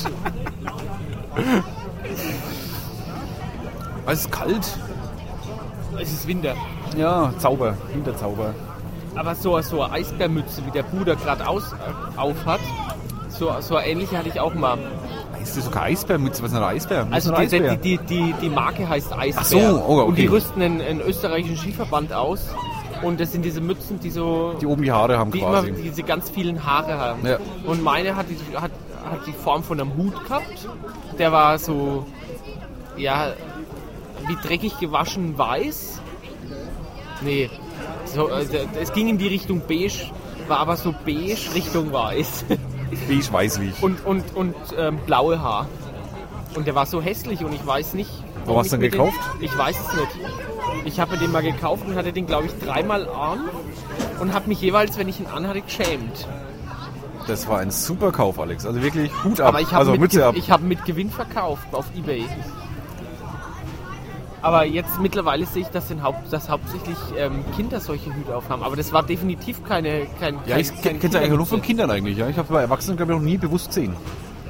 S2: Es ist kalt.
S1: es ist Winter.
S2: Ja, Zauber, Hinterzauber.
S1: Aber so, so eine Eisbärmütze, wie der Bruder gerade aus, äh, auf hat, so, so eine ähnliche hatte ich auch mal.
S2: Ist das sogar Eisbärmütze? Was ist denn ein Eisbär?
S1: Also
S2: ein
S1: die,
S2: Eisbär?
S1: die, die, die, die Marke heißt Eisbär.
S2: Ach so, oh, okay.
S1: Und die rüsten einen, einen österreichischen Skiverband aus. Und das sind diese Mützen, die so...
S2: die oben die Haare haben
S1: die immer
S2: quasi.
S1: diese ganz vielen Haare haben.
S2: Ja.
S1: Und meine hat die, hat, hat die Form von einem Hut gehabt. Der war so, ja, wie dreckig gewaschen weiß. Nee, so, äh, der- es ging in die Richtung beige, war aber so beige Richtung weiß.
S2: Beige weißlich.
S1: Und, und, und ähm, blaue Haar. Und der war so hässlich und ich weiß nicht.
S2: Warum hast
S1: ich
S2: du ihn
S1: mir
S2: gekauft?
S1: Den, ich weiß es nicht. Ich habe mir den mal gekauft und hatte den, glaube ich, dreimal an und habe mich jeweils, wenn ich ihn anhatte, geschämt.
S2: Das war ein super Kauf, Alex. Also wirklich Hut ab.
S1: Aber ich habe
S2: also
S1: mit,
S2: Mütze
S1: Ge-
S2: ab.
S1: ich habe mit Gewinn verkauft auf Ebay. Aber jetzt mittlerweile sehe ich, dass, den Haupt, dass hauptsächlich ähm, Kinder solche Hüte aufhaben. Aber das war definitiv keine. Kein,
S2: ja, ich
S1: kein-
S2: kenne kenn eigentlich nur
S1: Kindermütze.
S2: von Kindern eigentlich. Ja. Ich habe bei Erwachsenen, glaube ich, noch nie bewusst gesehen.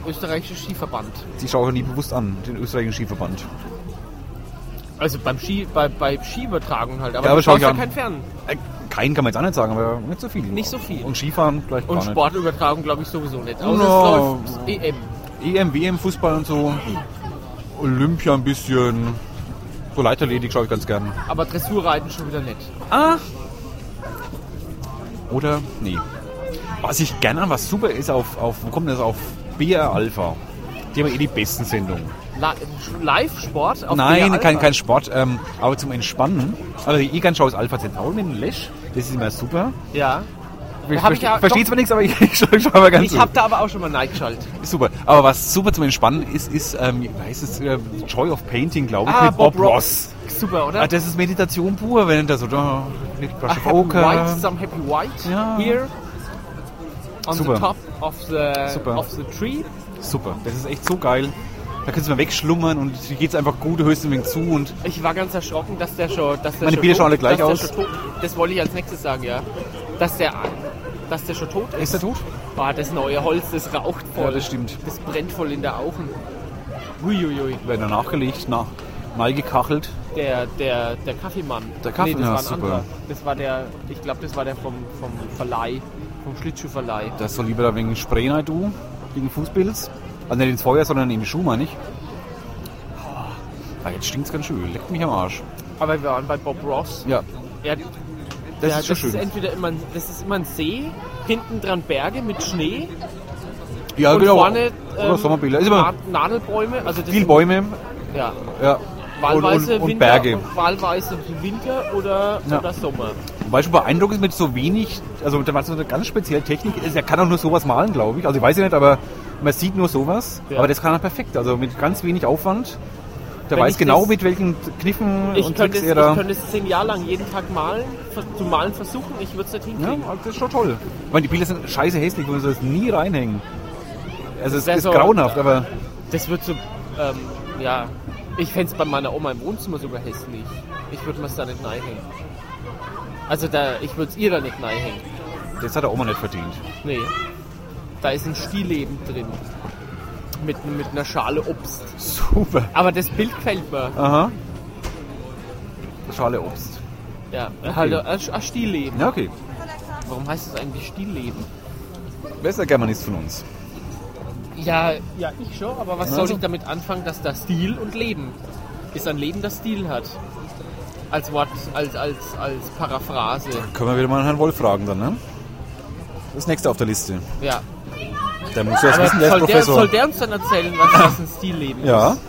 S1: Österreichischer Skiverband.
S2: Die schaue ich nie bewusst an, den österreichischen Skiverband.
S1: Also beim Ski, bei, bei Skiübertragung halt, aber
S2: Ja, aber
S1: du
S2: schau
S1: schaust
S2: ich
S1: ja
S2: an.
S1: kein Fern.
S2: Äh, keinen kann man jetzt auch nicht sagen, aber nicht so viel.
S1: Nicht so viel.
S2: Und Skifahren vielleicht
S1: Und
S2: gar
S1: Sportübertragung glaube ich sowieso nicht. Außer
S2: No.
S1: es läuft E EM.
S2: nicht. EM, WM, Fußball und so. Olympia ein bisschen. So Leichtathletik schaue ich ganz gern.
S1: Aber Dressurreiten schon wieder nicht.
S2: Ah. Oder? Nee. Was ich gerne an, was super ist, auf, auf wo kommt denn das? Auf BR Alpha. Die haben eh die besten Sendungen.
S1: Li- Live-Sport auf
S2: Nein,
S1: DR
S2: kein,
S1: Alpha.
S2: kein Sport, ähm, aber zum Entspannen. Also ich kann schaue ist Alpha Centauri mit dem Lesch. Das ist immer super.
S1: Ja.
S2: Ich
S1: hab ich
S2: verste-
S1: ja-
S2: verstehe
S1: doch.
S2: zwar nichts, aber ich, ich schaue schau mal ganz
S1: Ich habe da aber auch schon mal Neid geschaltet.
S2: Ist super. Aber was super zum Entspannen ist, ist, ähm, wie heißt es, äh, Joy of Painting, glaube
S1: Ah,
S2: ich, mit Bob, Ross.
S1: Super, oder?
S2: Ah, das ist Meditation pur, wenn das so da mit Brush
S1: A
S2: of
S1: happy white,
S2: Ochre.
S1: some happy white
S2: Ja.
S1: here on
S2: Super.
S1: the top of the
S2: Super.
S1: of the tree.
S2: Super, das ist echt so geil. Da kannst du mal wegschlummern und dir geht's einfach gut, du hörst ein wenig zu und
S1: Ich war ganz erschrocken, dass der schon, dass der
S2: Meine
S1: schon
S2: Bilder
S1: tot-
S2: schauen alle
S1: dass
S2: gleich
S1: der
S2: aus.
S1: Schon tot, das wollte ich als nächstes sagen, ja. Dass der, dass der schon tot ist.
S2: ist er tot?
S1: Boah, das neue Holz, das raucht voll.
S2: das stimmt.
S1: Das brennt voll in der Augen. Uiuiui.
S2: Werden dann nachgelegt, nach, Mal gekachelt.
S1: Der, der, der Kaffeemann.
S2: Der Kaffee-
S1: das
S2: ja,
S1: war ein
S2: super.
S1: anderer. Das war der, ich glaube, das war der vom, vom Verleih, vom Schlittschuhverleih.
S2: Das soll lieber wegen Spray rein, du, wegen Fußpilz. Also nicht ins Feuer, sondern in die Schuhe, meine ich. Ah, jetzt stinkt's ganz schön. Leckt mich am Arsch.
S1: Aber wir waren bei Bob Ross.
S2: Ja,
S1: Er,
S2: das
S1: ja,
S2: ist schon
S1: das ist
S2: schön.
S1: entweder immer, ein- das ist immer ein See, hinten dran Berge mit Schnee
S2: Ja, genau.
S1: und vorne ähm,
S2: Oder Sommerbilder. Ist
S1: Na-
S2: immer
S1: Nadelbäume. Also das
S2: viel
S1: sind-
S2: Bäume
S1: Ja,
S2: ja. und, und,
S1: wahlweise
S2: und
S1: Winter,
S2: Berge.
S1: wahlweise Winter oder,
S2: Ja.
S1: oder Sommer.
S2: Wobei schon beeindruckend ist mit so wenig, also da war so eine ganz spezielle Technik. ist. Er kann auch nur sowas malen, glaube ich. Also ich weiß ja nicht, aber man sieht nur sowas.
S1: Ja.
S2: Aber das kann er perfekt. Also mit ganz wenig Aufwand. Der
S1: Wenn
S2: weiß
S1: ich
S2: genau,
S1: das-
S2: mit welchen Kniffen
S1: Ich
S2: und
S1: könnte,
S2: Tricks
S1: es,
S2: er
S1: ich
S2: da...
S1: könnte es zehn Jahre lang jeden Tag malen, ver- zu malen versuchen, ich würde es nicht
S2: Ja,
S1: hinkriegen.
S2: also das ist schon toll. Ich meine, die Bilder sind scheiße hässlich, man soll es nie reinhängen. Also es
S1: Sehr
S2: ist
S1: so.
S2: grauenhaft, aber
S1: Das wird so, ähm, ja, ich fände es bei meiner Oma im Wohnzimmer sogar hässlich. Ich würde mir es da nicht neigen. Also da, ich würde es ihr da nicht neigen.
S2: das hat er auch mal nicht verdient.
S1: Nee. Da ist ein Stillleben drin. Mit, mit einer Schale Obst.
S2: Super.
S1: Aber das Bild gefällt mir.
S2: Aha. Schale Obst.
S1: Ja, halt ein ein Stillleben.
S2: Ja, okay.
S1: Warum heißt es eigentlich Stillleben?
S2: Wer ist der Germanist von uns?
S1: Ja, ja, ich schon, aber was
S2: Ja,
S1: soll
S2: so.
S1: ich damit anfangen, dass da Stil und Leben ist ein Leben, das Stil hat? Als Wort, als, als, als Paraphrase.
S2: Können wir wieder mal Herrn Wolf fragen dann, ne? Das nächste auf der Liste.
S1: Ja.
S2: Der muss ja das
S1: Aber
S2: wissen, der ist
S1: soll, der,
S2: Professor.
S1: soll der uns dann erzählen, was, was ein Stilleben
S2: ja.
S1: ist?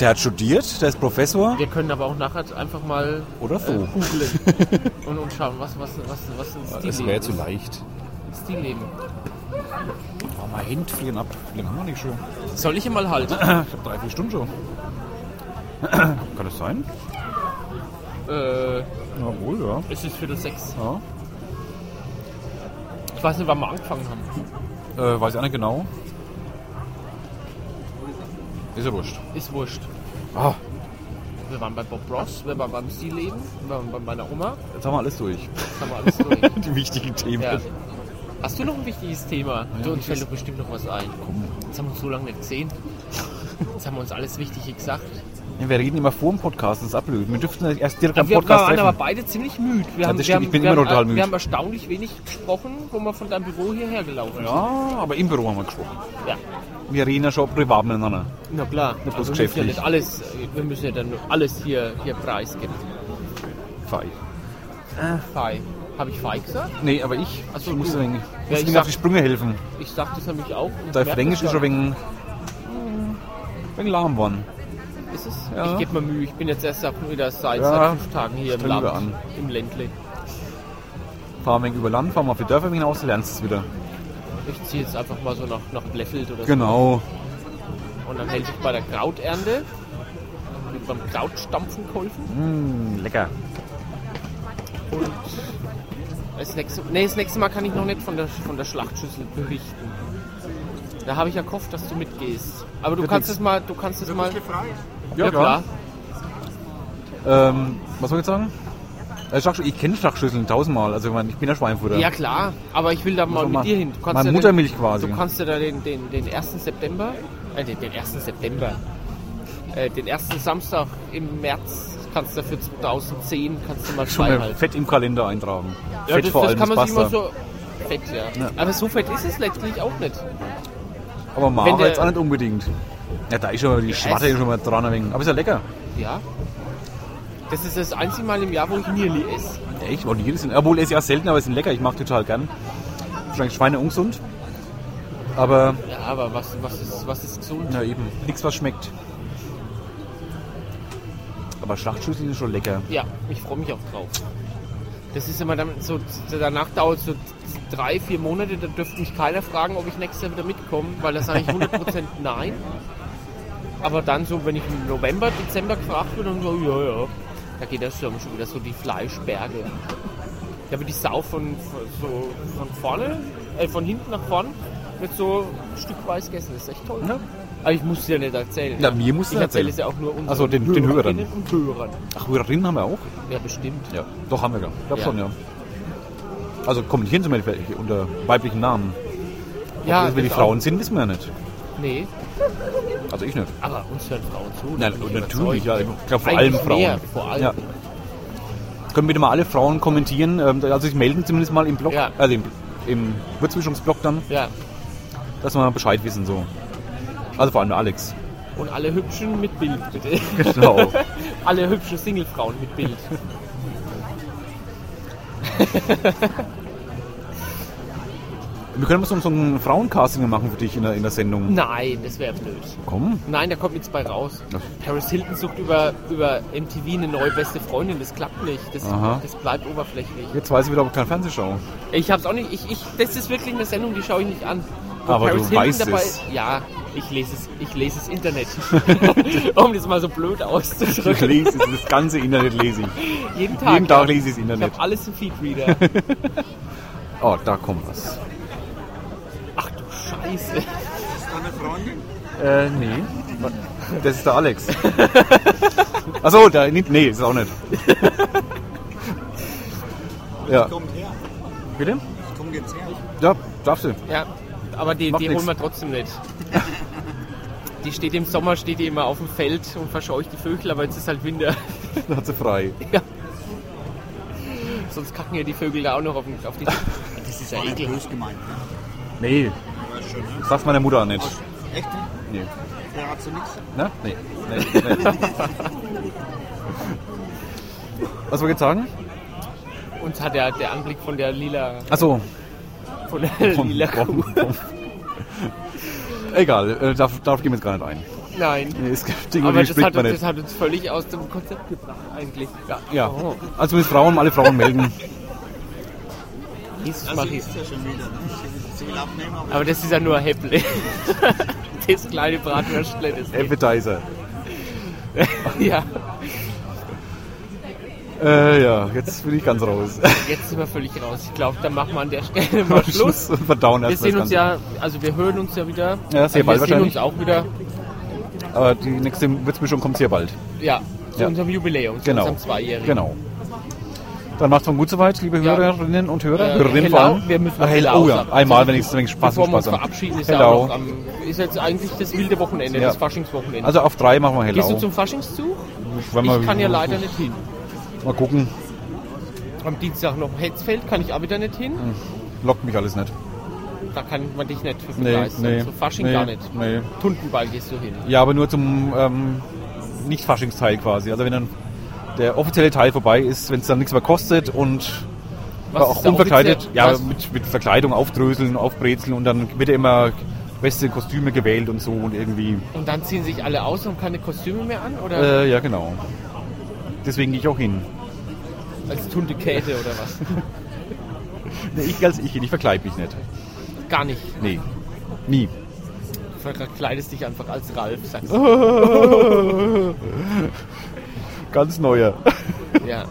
S2: Der hat studiert, der ist Professor.
S1: Wir können aber auch nachher einfach mal
S2: Oder so.
S1: äh, googeln und, und schauen, was, was, was, was ein Stilleben
S2: Oh. Das wäre
S1: ist.
S2: zu leicht.
S1: Stilleben.
S2: Oh, mein Hemd fliegen ab. Fliegen haben wir nicht schon.
S1: Soll ich ihn mal halten?
S2: Ich habe drei, vier Stunden schon. Kann das sein?
S1: äh,
S2: Jawohl, ja.
S1: es ist Viertel sechs.
S2: ja.
S1: Ich weiß nicht, wann wir angefangen haben.
S2: Äh, weiß ich auch nicht genau. Ist ja wurscht.
S1: Ist wurscht.
S2: Ah,
S1: Wir waren bei Bob Ross, wir waren beim Stilleben, wir waren bei meiner Oma.
S2: jetzt haben wir alles durch.
S1: Das haben wir alles durch.
S2: Die wichtigen Themen.
S1: Ja. Hast du noch ein wichtiges Thema? du, uns
S2: ich
S1: fällt
S2: weiß-
S1: doch bestimmt noch was ein.
S2: Komm.
S1: Jetzt haben wir uns so lange nicht gesehen. Jetzt haben wir uns alles Wichtige gesagt.
S2: Ja, wir reden immer vor dem Podcast, das ist ablösen. Wir dürften erst direkt am
S1: Aber wir
S2: Podcast
S1: waren aber
S2: treffen.
S1: beide ziemlich müde. Wir
S2: das
S1: wir
S2: stimmt, ich bin
S1: wir
S2: immer
S1: haben,
S2: total müde.
S1: Wir haben erstaunlich wenig gesprochen, wo wir von deinem Büro hierher gelaufen
S2: Ja, aber im Büro haben wir gesprochen.
S1: sind. Ja.
S2: Wir reden ja schon privat miteinander.
S1: Na klar, also
S2: bloß
S1: wir müssen ja
S2: geschäftlich.
S1: nicht alles, äh, wir müssen ja dann alles hier, hier preisgeben.
S2: Fei.
S1: Fei. Habe ich Fei gesagt?
S2: Nee, aber ich, also
S1: Ach so,
S2: ich muss
S1: du.
S2: wegen,
S1: Ja,
S2: muss
S1: ich
S2: mir
S1: sag-
S2: auf die Sprünge helfen.
S1: Ich sag das nämlich auch. und
S2: Da
S1: merk
S2: Fränkisch
S1: das
S2: ist schon
S1: gar nicht.
S2: wegen, wegen lahm geworden.
S1: Ist es?
S2: Ja.
S1: Ich gebe mir Mühe. Ich bin jetzt erst ab- wieder seit,
S2: Ja,
S1: seit fünf Tagen hier im
S2: streng
S1: Land,
S2: wir an.
S1: im Ländle.
S2: Fahren wegen über Land, fahren wir auf die Dörfer wegen hinaus, lernst es wieder.
S1: Ich ziehe jetzt einfach mal so nach, nach Bleffelt oder
S2: Genau.
S1: so. Und dann helfe ich bei der Krauternte. Mit beim Krautstampfen geholfen.
S2: Mmh, lecker.
S1: Und das nächste, nee, das nächste Mal kann ich noch nicht von der, von der Schlachtschüssel berichten. Da habe ich ja gehofft, dass du mitgehst. Aber du
S2: Wird
S1: kannst
S2: nix.
S1: es mal, du kannst es mal.
S2: Ja, klar. Ähm, was soll ich jetzt sagen? Äh, Schachschü- Ich kenne Schachschüsseln tausendmal, also ich, mein, ich bin der Schweinfutter.
S1: Ja klar, aber ich will da mal
S2: man
S1: mit
S2: machen.
S1: dir hin. Du kannst
S2: Meine
S1: ja
S2: Muttermilch
S1: den,
S2: quasi.
S1: Du kannst ja da den, den, den 1. September, äh, den, den 1. September, äh, den ersten Samstag im März kannst du für 2010 kannst du mal
S2: Schon
S1: frei
S2: mal
S1: halten.
S2: Fett im Kalender eintragen.
S1: Ja,
S2: Fett
S1: das,
S2: vor
S1: das
S2: allem,
S1: kann man
S2: das
S1: sich
S2: passt
S1: immer so. Fett, ja.
S2: Ja.
S1: Aber so fett ist es letztlich auch nicht.
S2: da. Aber Mara
S1: wenn der-
S2: jetzt auch nicht unbedingt. Ja, da ist schon mal die Schwatte
S1: es-
S2: schon mal dran. ein wenig. Aber ist ja lecker.
S1: Ja. Das ist das einzige Mal im Jahr, wo ich Nierli esse.
S2: Echt? Und jedes Jahr, obwohl, ist ja selten, aber es sind lecker. Ich mag total gern. Wahrscheinlich Schweine ungesund. Aber,
S1: Ja, aber was, was, ist, was ist gesund?
S2: na eben, nichts was schmeckt. Aber Schlachtschüsseln sind schon lecker.
S1: Ja, ich freue mich auch drauf. Das ist immer dann so, danach dauert es so drei, vier Monate, da dürfte mich keiner fragen, ob ich nächstes Jahr wieder mitkomme, weil da sage ich 100% nein. Aber dann so, wenn ich im November, Dezember gefragt wird, dann so, ja, ja, da geht das schon schon wieder so die Fleischberge. Da wird die Sau von, von- so, von vorne, äh, von hinten nach vorn mit so ein Stück weiß gegessen. Das ist echt toll.
S2: Ja.
S1: Aber ich muss es ja nicht erzählen.
S2: Ja, mir musst du
S1: ich
S2: es
S1: erzähle
S2: erzählen.
S1: es ja auch nur unseren
S2: Ach so, den- den Hörern.
S1: Hörerinnen und Hörern.
S2: Ach, Hörerinnen haben wir auch?
S1: Ja, bestimmt.
S2: Ja, doch haben wir ja. Ich glaube
S1: Ja.
S2: schon, ja. Also kommentieren Sie mir welche unter weiblichen Namen.
S1: Ja,
S2: Wer also die
S1: ist
S2: Frauen sind, wissen wir ja nicht.
S1: Auch, nee.
S2: Also ich nicht.
S1: Aber uns hören Frauen zu.
S2: Nein,
S1: bin ich überzeugt.
S2: natürlich, ja. Ich glaube vor allem
S1: Eigentlich
S2: Frauen.
S1: Mehr, vor allem.
S2: Ja. Können bitte mal alle Frauen kommentieren, ähm, also sich melden zumindest mal im Blog,
S1: Ja.
S2: also im, im Würzmischungsblog dann,
S1: Ja.
S2: dass wir Bescheid wissen so. Also vor allem Alex.
S1: Und alle hübschen mit Bild, bitte.
S2: Genau.
S1: alle hübschen Singlefrauen mit Bild.
S2: Wir können mal so, so ein Frauencasting machen für dich in der, in der Sendung.
S1: Nein, das wäre blöd.
S2: Komm.
S1: Nein, da kommt nichts bei raus.
S2: Ach.
S1: Paris Hilton sucht über, über MTV eine neue beste Freundin. Das klappt nicht. Das,
S2: Aha.
S1: das bleibt oberflächlich.
S2: Jetzt weiß ich wieder, ob ich kein Fernsehschau.
S1: Ich hab's auch nicht. Ich, ich, das ist wirklich eine Sendung, die schaue ich nicht an. Wo
S2: Aber du weißt es.
S1: Ja, ich lese es. Ich lese das Internet. um das mal so blöd
S2: Ich
S1: auszudrücken.
S2: lese das ganze Internet lese ich.
S1: Jeden Tag.
S2: Jeden Tag lese ich das
S1: Ich
S2: Internet.
S1: habe alles im Feedreader.
S2: Oh, da kommt was.
S1: Ach du Scheiße.
S2: Äh, nee. Das ist der Alex. Achso, da nimmt. Nee, ist auch nicht. Ja.
S3: Kommt her.
S2: Bitte?
S3: Ich komme jetzt her.
S2: Ja, darfst du.
S1: Ja, aber die,
S2: Macht
S1: die
S2: nix.
S1: holen wir trotzdem nicht. Die steht im Sommer, steht die immer auf dem Feld und verscheucht die Vögel, aber jetzt ist halt Winter.
S2: Da hat sie frei.
S1: Sonst kacken ja die Vögel da auch noch auf, den, auf die. Das ist ja
S3: War nicht
S1: ekelhaft.
S3: böse gemeint. ne?
S2: Nee.
S3: Aber schön, ne?
S2: Das sagt meine Mutter auch nicht.
S3: Echt?
S2: Nee.
S3: Verratst du nichts?
S2: Ne? Nee. nee. nee. Was wollte ich jetzt sagen?
S1: Uns hat der, der Anblick von der lila.
S2: Achso.
S1: Von der lila Kuh.
S2: Egal, äh, darauf, darauf gehen wir jetzt gar nicht ein.
S1: Nein.
S2: Nee, Es gibt Dinge,
S1: Aber das
S2: die spricht
S1: hat,
S2: man
S1: uns,
S2: nicht.
S1: das hat uns völlig aus dem Konzept gebracht, eigentlich. Ja.
S2: Ja,
S1: Oh.
S2: also mit Frauen, alle Frauen melden.
S1: Jesus
S3: Also
S1: Maria.
S3: ist ja schon wieder. Ne? Sie will- Sie will abnehmen, aber
S1: Aber das ist ja nur Häpple. das kleine Bratwürstle, das geht.
S2: Appetizer.
S1: Ja.
S2: Äh, ja, jetzt bin ich ganz raus.
S1: Jetzt sind wir völlig raus. Ich glaube, dann machen wir an der Stelle mal Schluss.
S2: Verdauen
S1: Wir
S2: erstmal
S1: sehen
S2: das
S1: uns
S2: Ganze.
S1: ja, also wir hören uns ja wieder.
S2: Ja, sehr bald
S1: wir sehen uns
S2: wahrscheinlich.
S1: auch wieder.
S2: Aber die nächste Witzmischung kommt sehr bald.
S1: Ja, zu
S2: Ja.
S1: unserem Jubiläum, zu
S2: Genau.
S1: unserem Zweijährigen.
S2: Genau. Dann macht's von gut soweit, liebe
S1: Ja.
S2: Hörerinnen und Hörer.
S1: Äh,
S2: Hörerinnen
S1: hello,
S2: vor allem.
S1: wir müssen
S2: Ah, hello,
S1: hello
S2: oh ja,
S1: sagen.
S2: einmal, wenn ich es Spaß und
S1: Bevor wir uns
S2: Spaß habe.
S1: verabschieden, ist, ja auch
S2: Hello.
S1: noch am, ist jetzt eigentlich das wilde Wochenende,
S2: Ja.
S1: das Faschingswochenende.
S2: Also auf drei machen wir Hello.
S1: Gehst du zum Faschingszug?
S2: Wenn wir-
S1: Ich kann ja leider nicht hin.
S2: Mal gucken,
S1: Am Dienstag noch Hetzfeld kann ich auch wieder nicht hin.
S2: Hm. lockt mich alles nicht.
S1: Da kann man dich nicht für begeistern. so Fasching
S2: nee,
S1: gar nicht.
S2: Nee.
S1: Tundenball gehst du hin.
S2: Ja, aber nur zum ähm, Nicht-Faschingsteil quasi. Also wenn dann der offizielle Teil vorbei ist, wenn es dann nichts mehr kostet und
S1: Was
S2: auch
S1: ist der
S2: unverkleidet,
S1: offizielle-
S2: ja,
S1: was?
S2: mit, mit Verkleidung aufdröseln, aufbrezeln und dann wird ja immer beste Kostüme gewählt und so und irgendwie.
S1: Und dann ziehen sich alle aus und haben keine Kostüme mehr an? Oder
S2: Äh, ja, genau. Deswegen gehe ich auch hin.
S1: als Tunde Käthe oder was?
S2: Nee, ich als ich hin, ich verkleide mich nicht.
S1: Gar nicht.
S2: Nee. Nie.
S1: Du verkleidest dich einfach als Ralf, sagst du.
S2: Ganz neuer.
S1: Ja.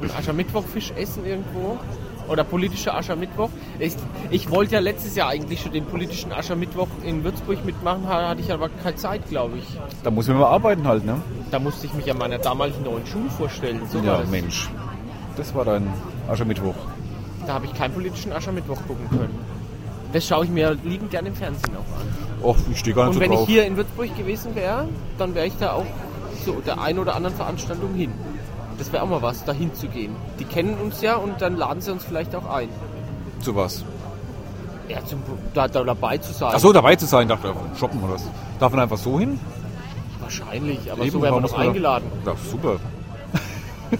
S1: Und Aschermittwoch Fisch essen irgendwo? Oder politischer Aschermittwoch? Ich, ich wollte ja letztes Jahr eigentlich schon den politischen Aschermittwoch in Würzburg mitmachen, ha- hatte ich aber keine Zeit, glaube ich.
S2: Da muss man mal arbeiten halt, ne?
S1: Da musste ich mich an meiner damaligen neuen Schule vorstellen. So war
S2: Ja,
S1: das.
S2: Mensch. Das war dein Aschermittwoch.
S1: Da habe ich keinen politischen Aschermittwoch gucken können. Das schaue ich mir liebend gerne im Fernsehen auch an.
S2: Och, ich stehe gar nicht
S1: Und
S2: so
S1: wenn ich
S2: drauf.
S1: hier in Würzburg gewesen wäre, dann wäre ich da auch zu der einen oder anderen Veranstaltung hin. Das wäre auch mal was, da hinzugehen. Die kennen uns ja und dann laden sie uns vielleicht auch ein.
S2: Zu was?
S1: Ja, zum, da, da dabei zu sein.
S2: Ach so, dabei zu sein, dachte ich, shoppen oder was. Darf man einfach so hin?
S1: Wahrscheinlich, aber
S2: Eben,
S1: so werden wir
S2: warum
S1: noch
S2: muss man da-
S1: eingeladen.
S2: Ja, super.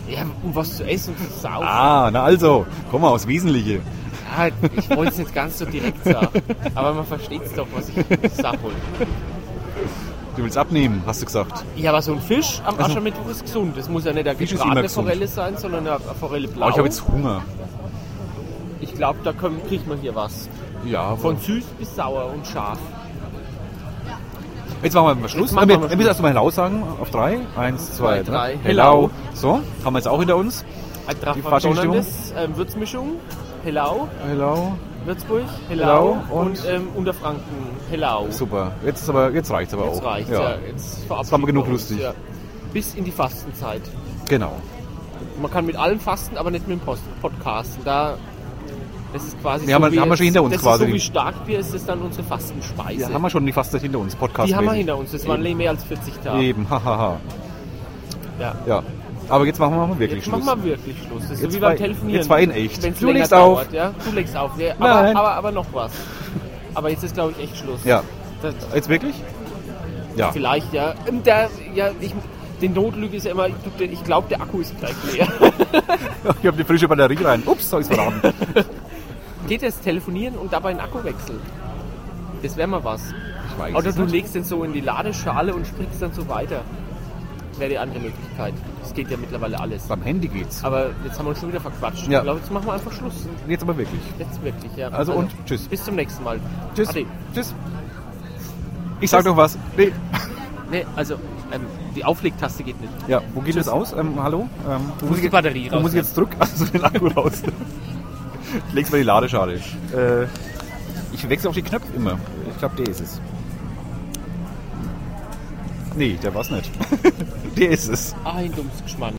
S1: Ja, um was zu essen und zu saufen.
S2: Ah, na also, komm mal aufs Wesentliche.
S1: Ja, ich wollte es nicht ganz so direkt sagen. Aber man versteht es doch, was ich sage wollte.
S2: Du willst abnehmen, hast du gesagt.
S1: Ja, aber so ein Fisch am Aschermittwoch ist gesund. Das muss ja nicht eine
S2: Also, Fisch ist immer
S1: gebratene
S2: gesund.
S1: Forelle sein, sondern eine Forelle blau.
S2: Aber ich habe jetzt Hunger.
S1: ich glaube, da können, kriegt man hier was.
S2: Ja,
S1: Von
S2: von
S1: süß bis sauer und scharf.
S2: Jetzt machen wir mal Schluss.
S1: Jetzt
S2: Äh,
S1: machen
S2: Aber
S1: wir
S2: wir
S1: mal
S2: wir müssen erstmal Hello sagen. Auf drei. Eins, zwei, drei.
S1: drei. Hello.
S2: So, haben wir jetzt auch hinter uns.
S1: Ein Drach
S2: Die
S1: von
S2: Faschingsstimmung?
S1: Donnerndes, ähm, Würzmischung, Hellau,
S2: Hello.
S1: Würzburg, Hellau,
S2: Hellau und-
S1: und, ähm, Unterfranken, Hellau.
S2: Super. Jetzt, ist aber, jetzt reicht aber
S1: Jetzt
S2: auch.
S1: reicht's, ja. Jetzt verabschieden
S2: haben wir genug
S1: uns,
S2: lustig.
S1: ja. Bis in die Fastenzeit.
S2: Genau.
S1: Man kann mit allem fasten, aber nicht mit dem Post Podcasten. Da Das ist quasi
S2: Die haben wir- haben wir schon hinter uns
S1: das
S2: quasi.
S1: Ist so wie Starkbier ist das dann unsere Fastenspeise.
S2: Ja, haben wir schon die fast hinter uns, Podcast.
S1: die haben wir hinter uns. Das waren mehr als 40 Tage.
S2: Eben, hahaha.
S1: Ja.
S2: Ja. Aber jetzt machen wir mal wirklich
S1: Jetzt
S2: Schluss.
S1: machen wir wirklich Schluss. Das ist
S2: Jetzt
S1: so wie beim
S2: war-
S1: Telefonieren.
S2: jetzt war in echt.
S1: Wenn's
S2: Du
S1: länger
S2: legst auf.
S1: Dauert, ja? Du legst auf. Ja,
S2: Nein.
S1: aber, aber, aber noch was. Aber jetzt ist, glaube ich, echt Schluss.
S2: Ja.
S1: Das,
S2: Jetzt wirklich? Ja.
S1: vielleicht, ja. Ähm, Da, ja ich, die Notlüge ist ja immer, du, der- ich glaube, der Akku ist gleich leer.
S2: Ich habe die frische Batterie rein. Ups, hab ich's verraten.
S1: Geht das Telefonieren und dabei einen Akku wechseln? Das wäre mal was.
S2: Ich weiß
S1: Oder
S2: es
S1: du
S2: nicht.
S1: legst den so in die Ladeschale und springst dann so weiter. Wäre die andere Möglichkeit. Es geht ja mittlerweile alles.
S2: Beim Handy geht's.
S1: Aber jetzt haben wir uns schon wieder verquatscht.
S2: Ja.
S1: Ich glaube, jetzt machen wir einfach Schluss.
S2: Jetzt aber wirklich.
S1: Jetzt wirklich, ja.
S2: Also und tschüss.
S1: Bis zum nächsten Mal.
S2: Tschüss.
S1: Ade.
S2: Tschüss. Ich sag noch was. Nee.
S1: Nee, also ähm, die Auflegtaste geht nicht.
S2: Ja, wo geht das aus? Ähm, hallo? Ähm, wo
S1: musst
S2: ich-
S1: die Batterie
S2: Wo muss ich jetzt drücken? Also den Akku raus. ich leg's mal die Ladeschale. Äh, ich wechsle auch die Knöpfe immer. Ich glaube, der ist es. Nee, der war's nicht. der ist es.
S1: Ein dummes Geschmack.